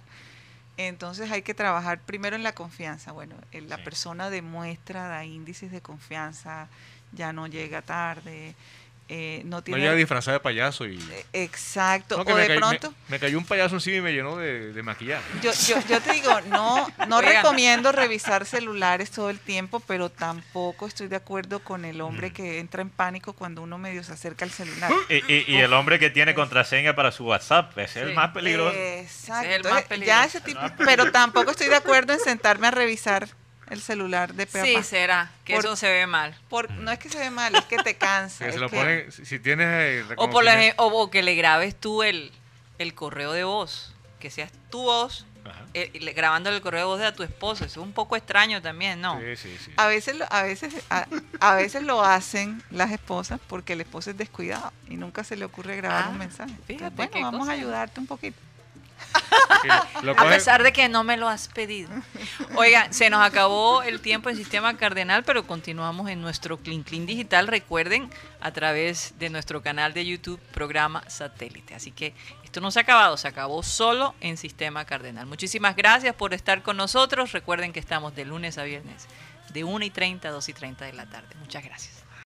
S8: entonces hay que trabajar primero en la confianza. Bueno, eh, la
S4: Sí.
S8: persona demuestra, da índices de confianza, ya no llega tarde, eh, no
S6: No
S8: tiene...
S6: llega disfrazado de payaso y...
S8: eh, Exacto.
S6: No, que
S8: o
S6: me,
S8: de
S6: cayó, me-
S8: pronto...
S6: me cayó un payaso encima y me llenó de, de maquillaje.
S8: Yo, yo, yo te digo, no, no
S3: Oigan.
S8: recomiendo revisar celulares todo el tiempo, pero tampoco estoy de acuerdo con el
S6: Mm.
S8: hombre que entra en pánico cuando uno medio se acerca al celular.
S4: Y, y- y el hombre que tiene contraseña para su WhatsApp, ese es
S3: Sí. Eh,
S4: el más peligroso.
S8: Exacto.
S3: Ese es el más
S8: Entonces, ya
S3: peligroso.
S8: ese tipo, pero tampoco estoy de acuerdo en sentarme a revisar el celular de papá.
S3: Sí, será, que
S8: Por-
S3: eso se ve mal.
S8: por- no es que se ve mal, es que te cansa.
S6: Que se
S8: es
S6: lo
S8: que-
S6: ponen, si si tienes... eh,
S3: O, por la
S6: reconocimiento-
S3: gen- o, o que le grabes tú el, el correo de voz, que seas tu voz, eh, y le- grabando el correo de voz de a tu esposo. Eso es un poco extraño también, ¿no?
S6: Sí, sí, sí.
S8: A veces, lo- a, veces, a, a veces lo hacen las esposas porque el esposo es descuidado y nunca se le ocurre grabar
S3: Ah,
S8: un mensaje. Entonces,
S3: fíjate qué
S8: bueno, vamos
S3: cosa.
S8: a ayudarte un poquito.
S6: Que lo
S3: A
S6: cogen-
S3: pesar de que no me lo has pedido. Oigan, se nos acabó el tiempo en Sistema Cardenal, pero continuamos en nuestro Clean Clean Digital. Recuerden, a través de nuestro canal de YouTube, programa Satélite. Así que esto no se ha acabado, se acabó solo en Sistema Cardenal. Muchísimas gracias por estar con nosotros. Recuerden que estamos de lunes a viernes, de 1 y 30 a 2 y 30 de la tarde. Muchas gracias.